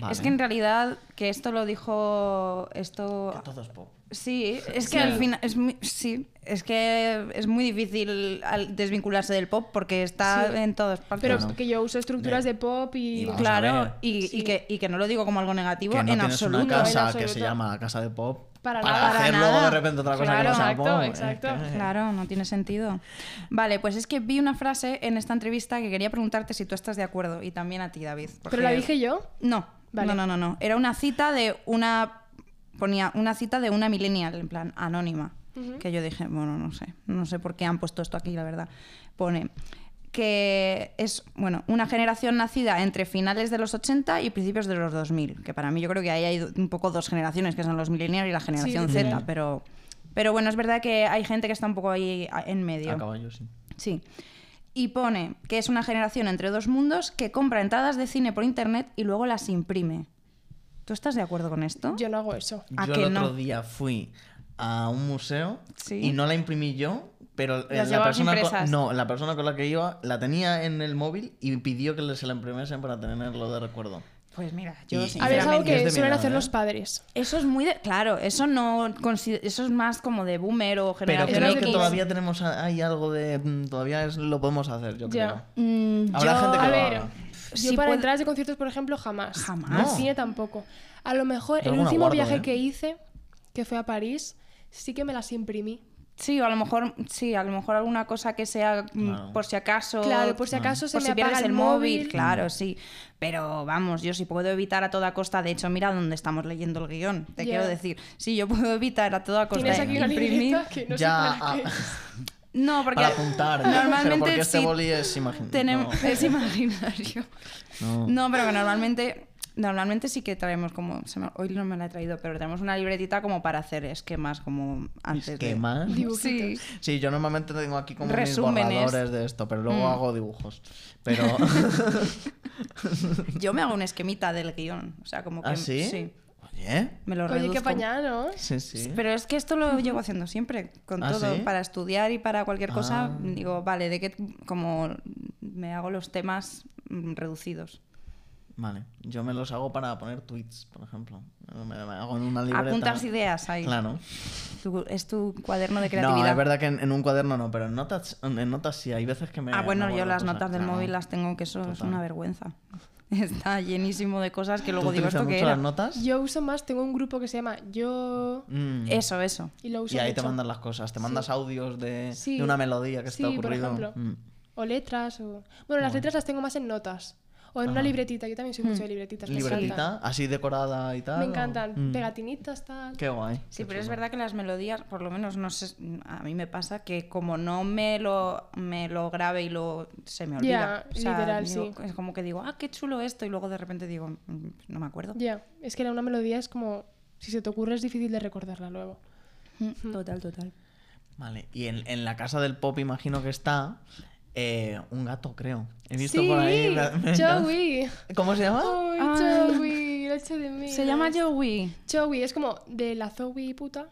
Speaker 1: Vale.
Speaker 2: Es que en realidad, que esto lo dijo. Esto.
Speaker 1: Que todo es pop.
Speaker 2: Sí, es que al final. Es muy, sí, es que es muy difícil al- desvincularse del pop porque está
Speaker 3: Sí.
Speaker 2: en todas partes.
Speaker 3: Pero
Speaker 1: Ah, Claro.
Speaker 3: que yo uso estructuras
Speaker 1: Bien.
Speaker 3: de pop y...
Speaker 1: Y vamos a ver.
Speaker 2: claro, y,
Speaker 3: Sí.
Speaker 2: y que, y que no lo digo como algo negativo
Speaker 1: Que no
Speaker 2: en
Speaker 1: tienes
Speaker 2: absoluto.
Speaker 1: una
Speaker 3: en
Speaker 1: casa que
Speaker 3: absoluto.
Speaker 1: se llama Casa de Pop
Speaker 3: Para
Speaker 1: para
Speaker 3: nada.
Speaker 1: hacer
Speaker 2: Para
Speaker 1: luego de
Speaker 2: nada.
Speaker 1: repente otra cosa
Speaker 2: Claro,
Speaker 1: que no sea
Speaker 3: exacto,
Speaker 1: pop. Es
Speaker 3: exacto.
Speaker 1: que-
Speaker 2: Claro, no tiene sentido. Vale, pues es que vi una frase en esta entrevista que quería preguntarte si tú estás de acuerdo y también a ti, David.
Speaker 3: Pero la
Speaker 2: porque-
Speaker 3: dije yo.
Speaker 2: No,
Speaker 3: Vale.
Speaker 2: no, no, no, no. Era una cita de una. Ponía una cita de una millennial, en plan, anónima. Que yo dije, bueno, no sé. No sé por qué han puesto esto aquí, la verdad. Pone que es, bueno, una generación nacida entre finales de los 80 y principios de los 2000. Que para mí yo creo que ahí hay do- un poco dos generaciones, que son los millennials y la generación Z.
Speaker 3: literal.
Speaker 2: Pero, pero bueno, es verdad que hay gente que está un poco ahí a- en medio.
Speaker 1: A caballo, sí.
Speaker 2: Sí. Y pone que es una generación entre dos mundos que compra entradas de cine por internet y luego las imprime. ¿Tú estás de acuerdo con esto?
Speaker 3: Yo no hago eso.
Speaker 1: Yo
Speaker 2: ¿A
Speaker 1: el
Speaker 2: que
Speaker 1: otro
Speaker 2: no?
Speaker 1: día fui a un museo
Speaker 2: Sí.
Speaker 1: y no la imprimí yo, pero eh,
Speaker 2: Las
Speaker 1: la
Speaker 2: llevabas
Speaker 1: persona,
Speaker 2: impresas.
Speaker 1: con, no, la persona con la que iba la tenía en el móvil y pidió que le- se la imprimiesen para tenerlo de recuerdo.
Speaker 2: Pues mira, yo
Speaker 1: Y-
Speaker 3: A ver, es algo
Speaker 1: Sinceramente, es
Speaker 3: que
Speaker 1: de
Speaker 3: suelen
Speaker 1: mirada,
Speaker 3: hacer
Speaker 1: ¿eh?
Speaker 3: los padres.
Speaker 2: Eso es muy de- claro, eso no consi- eso es más como de boomer o
Speaker 1: Pero
Speaker 2: generación
Speaker 1: creo
Speaker 3: de
Speaker 1: que
Speaker 2: X.
Speaker 3: Kids.
Speaker 1: todavía tenemos a- hay algo de mm, todavía es- lo podemos hacer, yo creo.
Speaker 3: Ya.
Speaker 2: Mm,
Speaker 1: Habrá
Speaker 2: yo-
Speaker 1: gente que
Speaker 3: A
Speaker 1: lo
Speaker 3: ver,
Speaker 1: haga.
Speaker 3: yo
Speaker 2: Sí
Speaker 3: para
Speaker 2: puedo-
Speaker 3: entradas de conciertos, por ejemplo, jamás.
Speaker 2: Jamás.
Speaker 1: No.
Speaker 3: Al cine tampoco. A lo mejor
Speaker 1: Yo
Speaker 3: el
Speaker 1: alguna
Speaker 3: último
Speaker 1: guardo,
Speaker 3: viaje
Speaker 1: ¿eh?
Speaker 3: que hice, que fue a París, sí que me las imprimí.
Speaker 2: Sí, o a lo mejor sí, a lo mejor alguna cosa que sea mm,
Speaker 1: Claro.
Speaker 2: por si acaso.
Speaker 3: Claro, por si acaso se
Speaker 2: por
Speaker 3: me
Speaker 2: si pierdes
Speaker 3: apaga el
Speaker 2: el móvil,
Speaker 3: móvil.
Speaker 2: claro, sí. Pero vamos, yo sí puedo evitar a toda costa, de hecho, mira dónde estamos leyendo el guión, te
Speaker 3: Ya.
Speaker 2: quiero decir, sí, yo puedo evitar a toda costa
Speaker 3: Tienes aquí una
Speaker 2: imprimir.
Speaker 3: libreta que no
Speaker 1: ya
Speaker 3: sé para qué
Speaker 1: a-
Speaker 3: es.
Speaker 2: No, porque
Speaker 1: para apuntar, ¿no? pero
Speaker 2: normalmente
Speaker 1: porque este
Speaker 2: sí
Speaker 1: boli es imaginario.
Speaker 2: tenemos es imaginario.
Speaker 1: No.
Speaker 2: No, pero que normalmente normalmente sí que traemos como se me- hoy no me la he traído, pero tenemos una libretita como para hacer esquemas como antes de-
Speaker 1: Esquemas.
Speaker 2: Sí.
Speaker 1: Sí, yo normalmente tengo aquí como
Speaker 2: Resúmenes.
Speaker 1: mis borradores de esto, pero luego
Speaker 2: Mm.
Speaker 1: hago dibujos. Pero
Speaker 2: Yo me hago un esquemita del guión. O sea, como que.
Speaker 1: así. ¿Ah, Oye.
Speaker 2: me lo
Speaker 3: Oye, qué
Speaker 2: reduzco.
Speaker 3: pañal, ¿no?
Speaker 1: Sí, sí.
Speaker 2: Pero es que esto lo llevo haciendo siempre, con
Speaker 1: ¿Ah,
Speaker 2: todo,
Speaker 1: sí?
Speaker 2: para estudiar y para cualquier cosa.
Speaker 1: Ah.
Speaker 2: Digo, vale, de qué, como me hago los temas mm, reducidos.
Speaker 1: Vale, yo me los hago para poner tweets, por ejemplo. Me, me hago en una libreta.
Speaker 2: Apuntas ideas ahí.
Speaker 1: Claro.
Speaker 2: Tu- es tu cuaderno de creatividad.
Speaker 1: No, es verdad que en, en un cuaderno no, pero en notas, en notas sí, hay veces que me...
Speaker 2: Ah, bueno,
Speaker 1: me
Speaker 2: yo
Speaker 1: guardo
Speaker 2: las
Speaker 1: cosas,
Speaker 2: notas del
Speaker 1: claro.
Speaker 2: móvil las tengo, que eso es
Speaker 1: Total.
Speaker 2: una vergüenza. Está llenísimo de cosas que luego
Speaker 1: ¿Tú
Speaker 2: digo
Speaker 1: utilizas
Speaker 2: esto que
Speaker 1: mucho
Speaker 2: era.
Speaker 1: las notas?
Speaker 3: Yo uso más, tengo un grupo que se llama Yo
Speaker 1: Mm.
Speaker 2: Eso, eso.
Speaker 3: y lo uso
Speaker 1: Y ahí
Speaker 3: mucho.
Speaker 1: te mandan las cosas, te mandas audios de,
Speaker 3: Sí.
Speaker 1: de una melodía que se te ha
Speaker 3: Sí, por
Speaker 1: ocurrido.
Speaker 3: ejemplo.
Speaker 1: Mm.
Speaker 3: O letras o... Bueno, las letras las tengo más en notas. O en una
Speaker 1: Ajá.
Speaker 3: libretita. Yo también soy
Speaker 2: Hmm.
Speaker 3: mucho de libretitas. me encantan.
Speaker 1: Libretita, así decorada y tal.
Speaker 3: Me
Speaker 1: o-
Speaker 3: encantan.
Speaker 1: Mm.
Speaker 3: Pegatinitas, tal.
Speaker 1: Qué guay.
Speaker 2: Sí,
Speaker 1: qué
Speaker 2: pero es
Speaker 1: chulo.
Speaker 2: verdad que las melodías, por lo menos no sé, a mí me pasa que como no me lo, me lo grabe y lo se me olvida.
Speaker 3: Ya, literal,
Speaker 2: digo-
Speaker 3: sí.
Speaker 2: Es como que digo, ah, qué chulo esto, y luego de repente digo, "Mm, no me acuerdo.
Speaker 3: Ya, es que una melodía es como... Si se te ocurre es difícil de recordarla luego.
Speaker 2: Mm, Total, total.
Speaker 1: Vale, y en, en la casa del pop imagino que está eh, un gato, creo. He visto
Speaker 3: sí,
Speaker 1: por ahí... me- me encanta.
Speaker 3: Joey.
Speaker 1: ¿Cómo se llama?
Speaker 3: Ay,
Speaker 2: Ay.
Speaker 3: Joey, lo echo de menos.
Speaker 2: Se llama Joey.
Speaker 3: Joey, es como de la Zoe puta.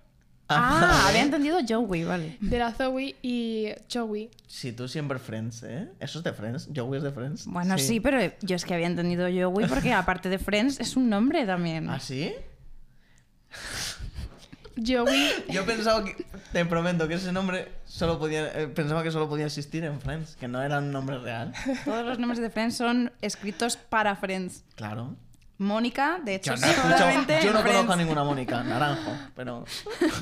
Speaker 2: Ah, había entendido Joey, vale.
Speaker 3: De la Zoe y Joey.
Speaker 1: Si tú siempre Friends, ¿eh? Eso es de Friends. Joey es de Friends.
Speaker 2: Bueno, sí. pero yo es que había entendido Joey porque aparte de Friends es un nombre también.
Speaker 1: ¿Ah, sí?
Speaker 3: Joey
Speaker 1: Yo pensaba que. Te prometo que ese nombre solo podía. eh, pensaba que solo podía existir en Friends, que no era un nombre real.
Speaker 2: Todos los nombres de Friends son escritos para Friends.
Speaker 1: Claro.
Speaker 2: Mónica, de hecho,
Speaker 1: Yo no, he escuchado-
Speaker 2: solamente
Speaker 1: yo no
Speaker 2: Friends.
Speaker 1: conozco a ninguna Mónica, naranjo, pero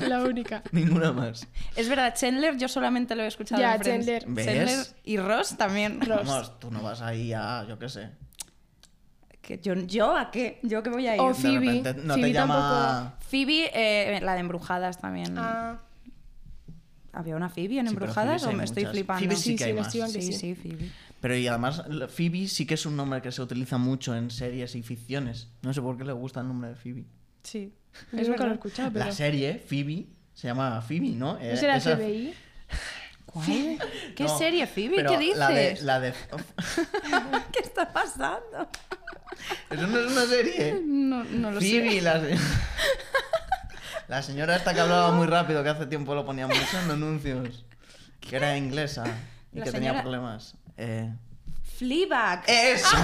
Speaker 3: La única.
Speaker 1: ninguna más.
Speaker 2: Es verdad, Chandler yo solamente lo he escuchado
Speaker 3: Ya,
Speaker 2: en Friends.
Speaker 3: Chandler.
Speaker 1: ¿Ves?
Speaker 2: Chandler y Ross también.
Speaker 3: Ross.
Speaker 1: Vamos, tú no vas ahí a. Yo qué sé.
Speaker 2: Que yo, ¿Yo a qué? ¿Yo qué voy a ir?
Speaker 3: O Phoebe.
Speaker 1: de repente no
Speaker 3: Phoebe
Speaker 1: te llama.
Speaker 2: Phoebe, eh, la de Embrujadas también.
Speaker 3: Ah,
Speaker 2: ¿Había una Phoebe en
Speaker 1: Sí, pero
Speaker 2: Embrujadas
Speaker 1: Phoebes
Speaker 2: o
Speaker 1: hay
Speaker 2: me estoy
Speaker 1: muchas.
Speaker 2: flipando?
Speaker 1: Phoebe sí
Speaker 3: Sí,
Speaker 1: que
Speaker 3: sí,
Speaker 1: hay
Speaker 3: me
Speaker 1: más.
Speaker 3: estoy
Speaker 2: sí,
Speaker 3: que sí.
Speaker 2: sí, Phoebe.
Speaker 1: Pero y además, la- Phoebe sí que es un nombre que se utiliza mucho en series y ficciones. No sé por qué le gusta el nombre de Phoebe.
Speaker 2: Sí.
Speaker 3: yo
Speaker 2: Es
Speaker 3: nunca lo he
Speaker 2: verdad.
Speaker 3: escuchado, pero.
Speaker 1: La serie, Phoebe, se llama Phoebe, ¿no?
Speaker 3: ¿No
Speaker 1: Era-
Speaker 3: será
Speaker 1: esa-
Speaker 3: FBI?
Speaker 2: ¿Cuál? ¿Qué
Speaker 1: No,
Speaker 2: serie, Phoebe?
Speaker 1: pero
Speaker 2: ¿Qué dices?
Speaker 1: La de, la de-
Speaker 2: ¿Qué está pasando?
Speaker 1: Eso no es una serie.
Speaker 2: No, no lo sé.
Speaker 1: Phoebe, la, se- la señora esta que hablaba muy rápido, que hace tiempo lo ponía mucho en anuncios. Que era inglesa y
Speaker 2: La
Speaker 1: que
Speaker 2: señora-
Speaker 1: tenía problemas. Eh,
Speaker 2: Fleabag.
Speaker 1: ¡Eso!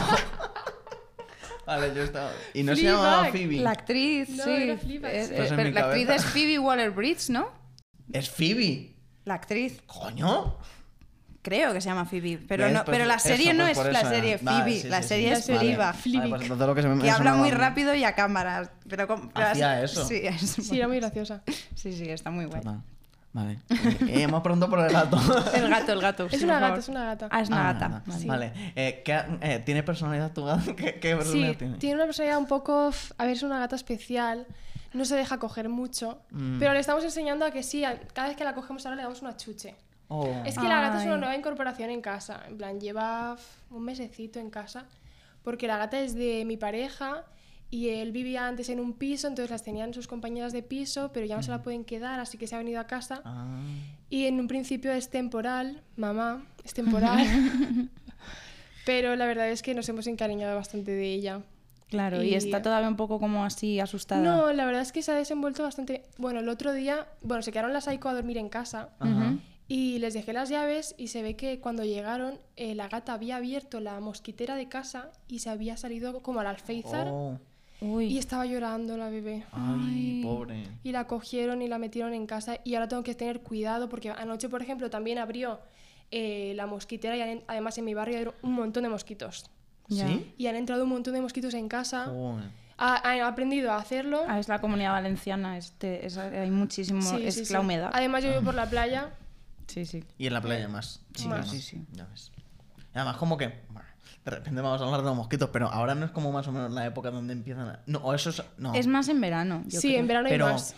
Speaker 1: vale, yo estaba. Y no se llamaba
Speaker 3: Fleabag,
Speaker 1: Phoebe.
Speaker 2: La actriz,
Speaker 3: No,
Speaker 2: sí.
Speaker 3: era Fleabag,
Speaker 2: Eh,
Speaker 3: sí.
Speaker 1: Eh, Estás
Speaker 2: eh,
Speaker 1: en
Speaker 2: pero
Speaker 1: mi
Speaker 2: la actriz es
Speaker 1: cabeza.
Speaker 2: Phoebe Waller-Bridge, ¿no?
Speaker 1: Es Phoebe.
Speaker 2: La actriz,
Speaker 1: ¡Coño!
Speaker 2: creo que se llama Phoebe, pero
Speaker 1: ¿Ves?
Speaker 2: no,
Speaker 1: Pues
Speaker 2: pero la
Speaker 1: eso,
Speaker 2: serie no es
Speaker 1: pues por
Speaker 2: la
Speaker 1: eso
Speaker 2: serie
Speaker 1: era.
Speaker 2: Phoebe,
Speaker 1: Vale, sí,
Speaker 2: la
Speaker 1: sí,
Speaker 2: serie
Speaker 1: sí.
Speaker 2: es
Speaker 1: Vale,
Speaker 2: Phoebe,
Speaker 1: vale,
Speaker 3: Fleabag.
Speaker 1: pues entonces lo que se me-
Speaker 2: que
Speaker 1: me
Speaker 2: habla muy
Speaker 1: sonaba-
Speaker 2: rápido y a cámaras, pero con- pero
Speaker 1: Hacía
Speaker 2: así-
Speaker 1: eso.
Speaker 2: Sí, es-
Speaker 3: Sí, era muy graciosa.
Speaker 2: sí, sí, está muy guay.
Speaker 1: Perdón. Vale. Eh, hemos preguntado por el gato.
Speaker 2: El gato, el gato.
Speaker 3: Es
Speaker 2: sí,
Speaker 3: una
Speaker 2: por
Speaker 3: gata,
Speaker 2: favor.
Speaker 3: es una gata.
Speaker 2: Ah, es una
Speaker 1: Ah,
Speaker 2: gata.
Speaker 1: nada.
Speaker 2: Vale.
Speaker 1: Vale. Eh, ¿qué ha- eh, ¿Tiene personalidad tu gato? ¿Qué, qué
Speaker 3: Sí,
Speaker 1: personalidad tiene?
Speaker 3: tiene una personalidad un poco. f- A ver, es una gata especial. No se deja coger mucho.
Speaker 1: Mm.
Speaker 3: Pero le estamos enseñando a que sí, a- cada vez que la cogemos ahora le damos una chuche.
Speaker 1: Oh.
Speaker 3: Es que la gata es una
Speaker 2: Ay.
Speaker 3: nueva incorporación en casa. En plan, lleva f- un mesecito en casa. Porque la gata es de mi pareja y él vivía antes en un piso, entonces las tenían sus compañeras de piso, pero ya no se la pueden quedar, así que se ha venido a casa.
Speaker 1: Mm. Ah.
Speaker 3: Y en un principio es temporal, mamá, es temporal. pero la verdad es que nos hemos encariñado bastante de ella.
Speaker 2: Claro, y...
Speaker 3: Y-
Speaker 2: está todavía un poco como así asustada.
Speaker 3: No, la verdad es que se ha desenvuelto bastante. Bueno, el otro día, bueno, se quedaron las Aiko a dormir en casa
Speaker 2: Ah.
Speaker 1: Ajá.
Speaker 3: y les dejé las llaves y se ve que cuando llegaron eh, la gata había abierto la mosquitera de casa y se había salido como al alféizar
Speaker 1: Oh.
Speaker 2: Uy.
Speaker 3: y estaba llorando la bebé.
Speaker 1: Ay,
Speaker 2: Ay.
Speaker 1: pobre.
Speaker 3: Y la cogieron y la metieron en casa y ahora tengo que tener cuidado porque anoche, por ejemplo, también abrió eh, la mosquitera y han- además en mi barrio hay un montón de mosquitos.
Speaker 2: Ya.
Speaker 1: ¿Sí?
Speaker 3: Y han entrado un montón de mosquitos en casa.
Speaker 2: Oh.
Speaker 1: Joder.
Speaker 3: Ha- han aprendido a hacerlo.
Speaker 2: Ah, es la comunidad valenciana, este, es- hay muchísimo,
Speaker 3: Sí,
Speaker 2: es
Speaker 3: sí, sí.
Speaker 2: la humedad.
Speaker 3: Además, yo vivo por la playa.
Speaker 2: Sí, sí.
Speaker 1: Y en la playa más.
Speaker 2: Sí,
Speaker 1: Más.
Speaker 2: sí, sí.
Speaker 1: Ya ves. Y además, como que. bueno, De repente vamos a hablar de los mosquitos, pero ahora no es como más o menos la época donde empiezan a. No, o eso es. No.
Speaker 2: Es más en verano. yo
Speaker 3: sí,
Speaker 2: creo.
Speaker 3: en verano
Speaker 1: pero.
Speaker 3: hay más.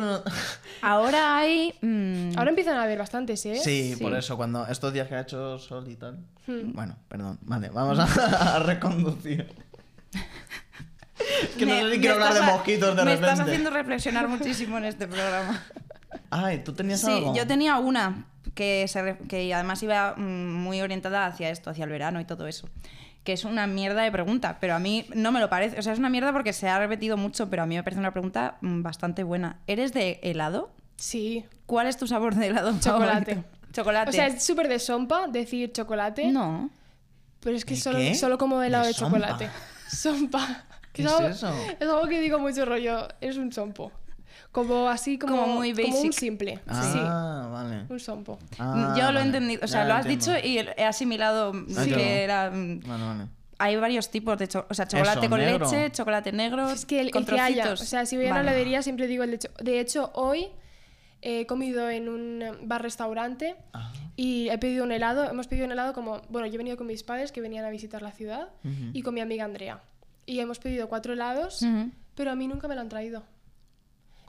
Speaker 1: no.
Speaker 2: Ahora hay. mm,
Speaker 3: Ahora empiezan a haber bastantes, ¿eh?
Speaker 1: Sí,
Speaker 2: Sí. Hmm.
Speaker 1: por eso, cuando estos días que ha hecho sol y tal. Bueno, perdón. Vale, vamos a, a reconducir. Es que
Speaker 2: me-
Speaker 1: no sé si
Speaker 2: me
Speaker 1: quiero hablar de
Speaker 2: estás ha-
Speaker 1: mosquitos de
Speaker 2: Me
Speaker 1: repente.
Speaker 2: estás haciendo reflexionar muchísimo en este programa.
Speaker 1: Ay, ¿tú tenías
Speaker 2: Sí,
Speaker 1: algo?
Speaker 2: yo tenía una que, se re- que además iba mm, muy orientada hacia esto, hacia el verano y todo eso. Que es una mierda de pregunta, pero a mí no me lo parece. O sea, es una mierda porque se ha repetido mucho, pero a mí me parece una pregunta mm, bastante buena. ¿Eres de helado?
Speaker 3: Sí.
Speaker 2: ¿Cuál es tu sabor de helado?
Speaker 3: Chocolate.
Speaker 2: favorito? Chocolate.
Speaker 3: O sea, es súper de sompa decir chocolate.
Speaker 2: No.
Speaker 3: Pero es que
Speaker 1: ¿El
Speaker 3: solo,
Speaker 1: qué?
Speaker 3: solo como helado
Speaker 1: ¿De
Speaker 3: de
Speaker 1: sompa?
Speaker 3: chocolate. Sompa.
Speaker 1: ¿Qué
Speaker 3: Que
Speaker 1: es
Speaker 3: algo-
Speaker 1: eso?
Speaker 3: Es algo que digo mucho rollo. Es un sompo. Como así, como,
Speaker 2: Como muy
Speaker 3: como
Speaker 2: basic.
Speaker 3: un simple.
Speaker 1: Ah, vale.
Speaker 3: Sí, un sompo.
Speaker 1: Ah,
Speaker 2: Mm, Yo lo he
Speaker 1: vale.
Speaker 2: entendido, o sea,
Speaker 1: Ya
Speaker 2: lo has
Speaker 1: entiendo. Ah,
Speaker 2: dicho y he asimilado mm,
Speaker 1: Sí.
Speaker 2: que era... mm,
Speaker 1: Vale, vale.
Speaker 2: Hay varios tipos de chocolate, o sea, chocolate
Speaker 1: Eso,
Speaker 2: con
Speaker 1: negro.
Speaker 2: leche, chocolate negro,
Speaker 3: Es que el,
Speaker 2: con
Speaker 3: el que haya. O
Speaker 2: trocitos.
Speaker 3: sea, si voy a
Speaker 2: Vale.
Speaker 3: una heladería siempre digo el de cho- De hecho, hoy he comido en un bar-restaurante
Speaker 1: Ah.
Speaker 3: y he pedido un helado. Hemos pedido un helado como... Bueno, yo he venido con mis padres que venían a visitar la ciudad
Speaker 1: Ujú.
Speaker 3: y con mi amiga Andrea. Y hemos pedido cuatro helados,
Speaker 2: Ujú.
Speaker 3: pero a mí nunca me lo han traído.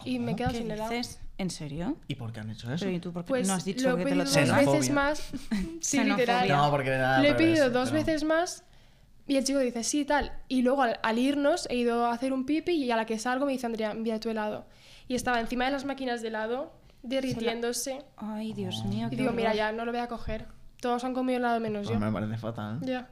Speaker 3: Y me he quedado
Speaker 2: ¿Qué
Speaker 3: sin helado.
Speaker 2: dices? ¿En serio?
Speaker 1: ¿Y por qué han hecho eso?
Speaker 2: Pero ¿y tú por qué
Speaker 3: Pues
Speaker 2: no has dicho
Speaker 3: lo he
Speaker 2: que te
Speaker 3: pedido
Speaker 2: lo Ah,
Speaker 3: dos
Speaker 1: traen?
Speaker 3: veces
Speaker 1: Xenofobia.
Speaker 3: más. sí, literal.
Speaker 2: Xenofobia.
Speaker 1: No, porque era al
Speaker 3: Lo he
Speaker 1: revés,
Speaker 3: pedido dos
Speaker 1: pero-
Speaker 3: veces más y el chico dice, sí, tal. Y luego al, al irnos he ido a hacer un pipi y a la que salgo me dice, Andrea, envía tu helado. Y estaba encima de las máquinas de helado, derritiéndose.
Speaker 2: Ay, Dios mío.
Speaker 3: Y
Speaker 2: qué
Speaker 3: digo, mira,
Speaker 2: horror".
Speaker 3: ya no lo voy a coger. Todos han comido helado
Speaker 2: Ah,
Speaker 3: menos yo.
Speaker 1: Pues me parece fatal.
Speaker 3: Ya.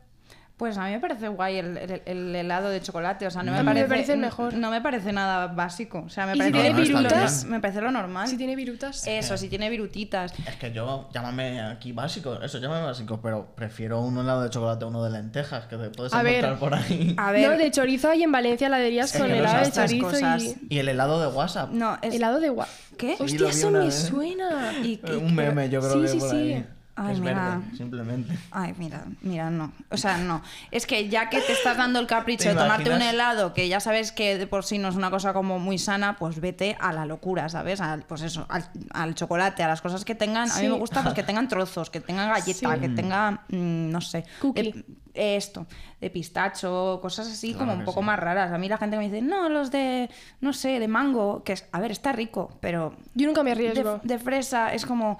Speaker 2: Pues a mí me parece guay el, el- el helado de chocolate, o sea, no
Speaker 1: A
Speaker 2: me
Speaker 1: mí me
Speaker 2: parece...
Speaker 3: parece el mejor.
Speaker 2: No me parece nada básico, o sea, me
Speaker 3: ¿Y si
Speaker 2: parece...
Speaker 3: tiene
Speaker 2: lo-
Speaker 1: virutas?
Speaker 2: Me parece lo normal.
Speaker 3: Si tiene virutas.
Speaker 2: Eso, si tiene virutitas.
Speaker 1: Es que yo, llámame aquí básico, eso, llámame básico, pero prefiero un helado de chocolate a uno de lentejas, que te puedes
Speaker 3: A ver.
Speaker 1: encontrar por ahí.
Speaker 2: A ver...
Speaker 3: No, de chorizo hay en Valencia heladerías
Speaker 1: Es
Speaker 3: con
Speaker 1: que
Speaker 3: helado de
Speaker 1: estas
Speaker 3: chorizo
Speaker 2: cosas-
Speaker 3: y...
Speaker 1: Y el helado de WhatsApp.
Speaker 2: No, es... ¿Eh?
Speaker 3: Helado de guau.
Speaker 2: ¿Qué?
Speaker 1: Sí,
Speaker 3: Hostia,
Speaker 1: lo vi
Speaker 3: eso
Speaker 1: una
Speaker 3: me
Speaker 1: vez.
Speaker 3: suena.
Speaker 2: Y-
Speaker 1: Eh,
Speaker 2: y-
Speaker 1: un meme, yo creo
Speaker 3: Sí,
Speaker 1: que
Speaker 3: sí,
Speaker 1: por
Speaker 3: sí.
Speaker 1: ahí.
Speaker 2: Ay,
Speaker 1: que es
Speaker 2: mira.
Speaker 1: verde, simplemente.
Speaker 2: Ay, mira, mira, no. O sea, no. Es que ya que te estás dando el capricho
Speaker 1: ¿Te
Speaker 2: de tomarte un
Speaker 1: imaginas?
Speaker 2: helado, que ya sabes que de por sí no es una cosa como muy sana, pues vete a la locura, ¿sabes? Al, pues eso, al, al chocolate, a las cosas que tengan. A mí
Speaker 3: Sí.
Speaker 2: me gusta pues, que tengan trozos, que tengan galleta,
Speaker 3: Sí.
Speaker 2: que tenga, mm, no sé.
Speaker 3: Cookie.
Speaker 2: de- esto, de pistacho, cosas así
Speaker 1: Claro
Speaker 2: como un
Speaker 1: que
Speaker 2: poco
Speaker 1: sí.
Speaker 2: más raras. A mí la gente me dice, no, los de, no sé, de mango, que es, a ver, está rico, pero
Speaker 3: Yo nunca me
Speaker 2: de,
Speaker 3: arriesgo.
Speaker 2: de fresa es como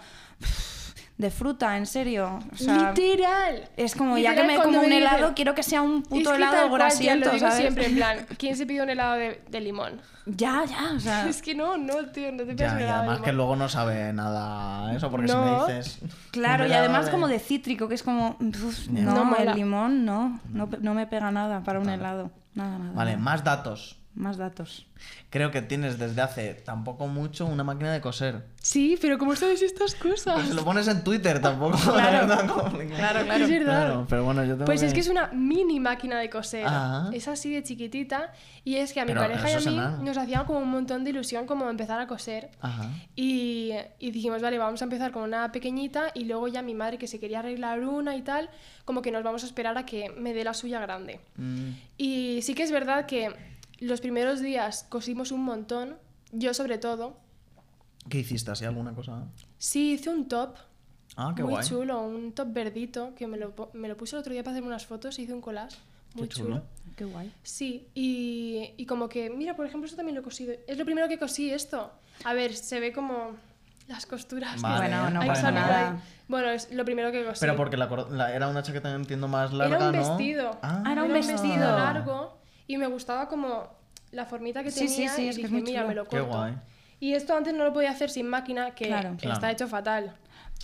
Speaker 2: de fruta, en serio. O sea,
Speaker 3: Literal.
Speaker 2: es como ya que
Speaker 3: Literal,
Speaker 2: me
Speaker 3: cuando
Speaker 2: como un
Speaker 3: me dicen-
Speaker 2: helado, quiero que sea un
Speaker 3: Y es
Speaker 2: puto
Speaker 3: que
Speaker 2: helado
Speaker 3: tal cual, tía,
Speaker 2: grasiento,
Speaker 3: lo digo
Speaker 2: ¿sabes?
Speaker 3: siempre, en plan, ¿quién se pide un helado de, de limón?
Speaker 2: Ya, ya, o sea.
Speaker 3: Es que no, no, tío, no te pidas
Speaker 1: Ya,
Speaker 3: un
Speaker 1: y
Speaker 3: helado
Speaker 1: además
Speaker 3: de
Speaker 1: que
Speaker 3: limón.
Speaker 1: luego no sabe nada eso, porque
Speaker 3: No.
Speaker 1: si me dices.
Speaker 2: Claro,
Speaker 1: un
Speaker 2: y
Speaker 1: helado
Speaker 2: además como de cítrico, que es como, "Uf,
Speaker 1: Ya.
Speaker 2: no,
Speaker 3: No mola.
Speaker 2: el limón no, no, pe- no me pega nada para un
Speaker 1: Vale.
Speaker 2: helado, nada, nada.
Speaker 1: Vale,
Speaker 2: nada.
Speaker 1: más datos.
Speaker 2: Más datos.
Speaker 1: Creo que tienes desde hace tampoco mucho una máquina de coser.
Speaker 3: Sí, pero ¿cómo sabes estas cosas?
Speaker 1: Pues lo pones en Twitter tampoco.
Speaker 2: Claro.
Speaker 1: No, no,
Speaker 2: Claro,
Speaker 3: Es verdad.
Speaker 1: Claro, pero bueno, yo tengo
Speaker 3: Pues es que es una mini máquina de coser.
Speaker 1: Ah.
Speaker 3: Es así de chiquitita. Y es que a mi
Speaker 1: Pero
Speaker 3: pareja y
Speaker 1: eso
Speaker 3: a
Speaker 1: es
Speaker 3: mí
Speaker 1: enano.
Speaker 3: nos hacía como un montón de ilusión como empezar a coser.
Speaker 1: Ajá.
Speaker 3: Y, y dijimos, vale, vamos a empezar con una pequeñita y luego ya mi madre que se quería arreglar una y tal, como que nos vamos a esperar a que me dé la suya grande.
Speaker 1: Mm,
Speaker 3: Y sí que es verdad que los primeros días cosimos un montón, yo sobre todo.
Speaker 1: ¿Qué hiciste? ¿Así alguna cosa?
Speaker 3: Sí hice un top
Speaker 1: Ah, qué
Speaker 3: muy
Speaker 1: guay.
Speaker 3: chulo, un top verdito, que me lo, po- me lo puse el otro día para hacerme unas fotos, hice un collage
Speaker 1: Qué
Speaker 3: muy
Speaker 1: chulo.
Speaker 3: chulo.
Speaker 2: Qué guay.
Speaker 3: Sí, y, y como que, mira, por ejemplo, esto también lo he cosido. Es lo primero que cosí esto. A ver, se ve como las costuras.
Speaker 1: Vale,
Speaker 2: bueno, no
Speaker 1: vale,
Speaker 3: Ay,
Speaker 2: pasa
Speaker 3: sorry,
Speaker 1: vale.
Speaker 2: nada.
Speaker 3: ay. Bueno, es lo primero que cosí.
Speaker 1: Pero porque la, cor- la- era una chaqueta, entiendo, más larga,
Speaker 3: era un
Speaker 1: ¿no?
Speaker 3: vestido.
Speaker 1: Ah,
Speaker 2: Ah, era un vestido.
Speaker 3: largo y me gustaba como la formita que
Speaker 2: Sí,
Speaker 3: tenía
Speaker 2: sí, sí,
Speaker 3: y
Speaker 2: es que es
Speaker 3: dije,
Speaker 2: muy
Speaker 3: mira,
Speaker 2: chulo".
Speaker 3: me lo
Speaker 1: Qué
Speaker 3: corto.
Speaker 1: guay.
Speaker 3: Y esto antes no lo podía hacer sin máquina, que
Speaker 2: Claro.
Speaker 1: Claro.
Speaker 3: está hecho fatal.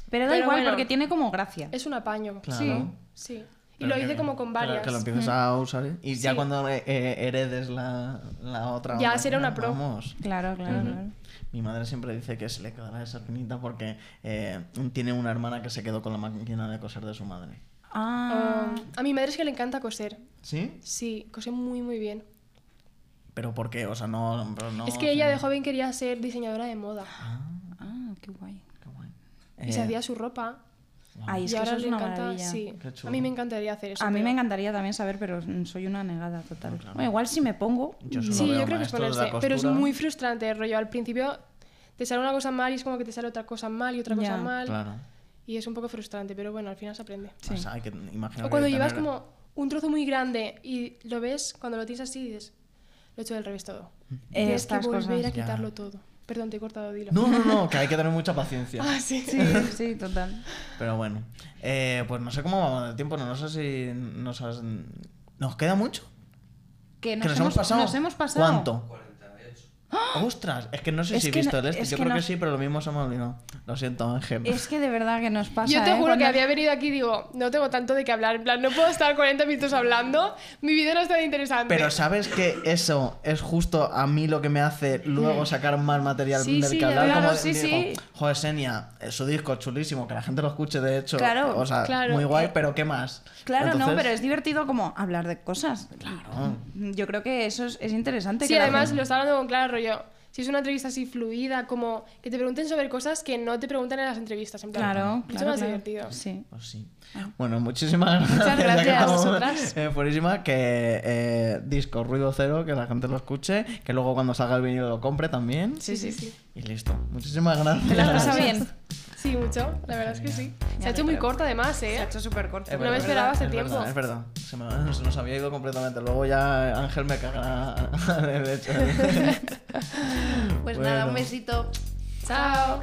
Speaker 2: Pero da
Speaker 3: Pero
Speaker 2: igual
Speaker 3: bueno.
Speaker 2: porque tiene como gracia.
Speaker 3: Es un apaño.
Speaker 1: Claro.
Speaker 3: Sí, sí. Y
Speaker 1: Pero
Speaker 3: lo
Speaker 1: qué
Speaker 3: hice
Speaker 1: bien.
Speaker 3: como con
Speaker 1: Claro,
Speaker 3: varias.
Speaker 1: Que lo empiezas a usar ¿eh? y ya
Speaker 3: Sí.
Speaker 1: cuando eh, eh, heredes la, la otra.
Speaker 3: Ya
Speaker 1: máquina,
Speaker 3: será una pro.
Speaker 1: Vamos.
Speaker 2: Claro, claro, claro.
Speaker 1: Mi madre siempre dice que se le quedará esa espinita porque eh, tiene una hermana que se quedó con la máquina de coser de su madre.
Speaker 2: Ah,
Speaker 3: Ah, a mi madre es que le encanta coser.
Speaker 1: ¿Sí?
Speaker 3: Sí, cose muy, muy bien.
Speaker 1: ¿Pero por qué? O sea, no... pero no
Speaker 3: es que ella
Speaker 1: no-
Speaker 3: de joven quería ser diseñadora de moda.
Speaker 1: Ah,
Speaker 2: ah, qué guay.
Speaker 1: qué guay.
Speaker 3: Y se
Speaker 1: Eh,
Speaker 3: hacía su ropa.
Speaker 1: wow.
Speaker 2: Ay, es
Speaker 3: Y
Speaker 2: que
Speaker 3: ahora
Speaker 2: eso es
Speaker 3: le
Speaker 2: una
Speaker 3: encanta.
Speaker 2: maravilla.
Speaker 3: Sí.
Speaker 1: Qué chulo.
Speaker 3: A mí me encantaría hacer eso.
Speaker 2: A mí
Speaker 3: pero-
Speaker 2: me encantaría también saber, pero mm, soy una negada total.
Speaker 1: No, claro.
Speaker 2: Bueno, igual si me pongo,
Speaker 1: Yo solo
Speaker 3: Sí,
Speaker 1: veo
Speaker 3: yo creo que es
Speaker 1: maestros de la
Speaker 3: ponerse. Pero es
Speaker 1: costura.
Speaker 3: muy frustrante, rollo. Al principio te sale una cosa mal y es como que te sale otra cosa mal y otra
Speaker 2: Ya.
Speaker 3: cosa mal.
Speaker 1: Claro.
Speaker 3: Y es un poco frustrante, pero bueno, al final se aprende.
Speaker 2: Sí.
Speaker 1: O sea, hay que imaginar
Speaker 3: O cuando
Speaker 1: que
Speaker 3: llevas
Speaker 1: tener-
Speaker 3: como un trozo muy grande y lo ves, cuando lo tienes así, dices, lo he hecho del revés todo. Tienes que
Speaker 2: Eh, estas
Speaker 3: volver
Speaker 2: cosas.
Speaker 3: a
Speaker 1: Mm. Ya.
Speaker 3: quitarlo todo. Perdón, te he cortado, dilo.
Speaker 1: No, no, no, que hay que tener mucha paciencia.
Speaker 3: Ah, sí.
Speaker 2: Sí, sí, total.
Speaker 1: Pero bueno, eh, pues no sé cómo vamos de tiempo, no, no sé si nos has- ¿Nos queda mucho?
Speaker 2: Que
Speaker 1: que nos hemos, pasado.
Speaker 2: Nos hemos pasado. ¡Ah!
Speaker 1: ¿Cuánto? 48. ¡Ostras! Es que no sé
Speaker 2: Es
Speaker 1: si he
Speaker 2: que
Speaker 1: visto
Speaker 2: no-
Speaker 1: el este.
Speaker 2: es
Speaker 1: Yo
Speaker 2: que
Speaker 1: creo que
Speaker 2: no-
Speaker 1: sí, pero lo mismo se me olvidó. Lo siento, Ángel.
Speaker 2: Es que de verdad que nos pasa.
Speaker 3: Yo te
Speaker 2: ¿eh?
Speaker 3: juro que
Speaker 2: Cuando-
Speaker 3: había venido aquí y digo, no tengo tanto de qué hablar. En plan, no puedo estar 40 minutos hablando. Mi vida no es tan interesante.
Speaker 1: Pero ¿sabes que eso es justo a mí lo que me hace luego sacar más material
Speaker 3: Sí,
Speaker 1: del
Speaker 3: sí,
Speaker 1: que hablar?
Speaker 3: claro,
Speaker 1: como
Speaker 2: sí,
Speaker 1: digo,
Speaker 2: sí.
Speaker 1: Joder, Senia, eh, su disco es chulísimo, que la gente lo escuche, de hecho.
Speaker 2: Claro,
Speaker 1: o sea,
Speaker 3: claro.
Speaker 1: muy guay,
Speaker 3: Eh,
Speaker 1: pero ¿qué más?
Speaker 2: Claro, no,
Speaker 1: Entonces,
Speaker 2: pero es divertido como hablar de cosas.
Speaker 1: claro.
Speaker 2: Yo creo que eso es, es interesante.
Speaker 3: Sí,
Speaker 2: que la
Speaker 3: además
Speaker 2: gente-
Speaker 3: lo está hablando con claro rollo. Si es una entrevista así fluida, como que te pregunten sobre cosas que no te preguntan en las entrevistas. En plan,
Speaker 2: Claro, claro.
Speaker 3: Mucho más
Speaker 2: claro.
Speaker 3: divertido.
Speaker 2: Sí.
Speaker 1: Pues sí. Bueno, muchísimas gracias. ya que
Speaker 2: Ah. gracias a
Speaker 1: estamos,
Speaker 3: vosotras.
Speaker 1: eh, fuerísima, que eh, disco ruido cero, que la gente lo escuche, que luego cuando salga el vinilo lo compre también.
Speaker 2: Sí, sí, sí.
Speaker 1: Y listo. Muchísimas gracias.
Speaker 2: ¿Te lo has pasado bien?
Speaker 3: Sí, mucho. La verdad es que sí. Se
Speaker 2: Ya
Speaker 3: ha hecho
Speaker 2: me
Speaker 3: muy
Speaker 2: creo.
Speaker 3: corta además, ¿eh?
Speaker 2: súper corto.
Speaker 1: Es
Speaker 3: No me
Speaker 1: verdad,
Speaker 3: esperaba hace
Speaker 1: es
Speaker 3: tiempo.
Speaker 1: verdad, es verdad. Se, me- se nos había ido completamente. Luego ya Ángel me cagará. de hecho.
Speaker 2: Pues nada, un
Speaker 1: Bueno.
Speaker 2: besito.
Speaker 3: Chao.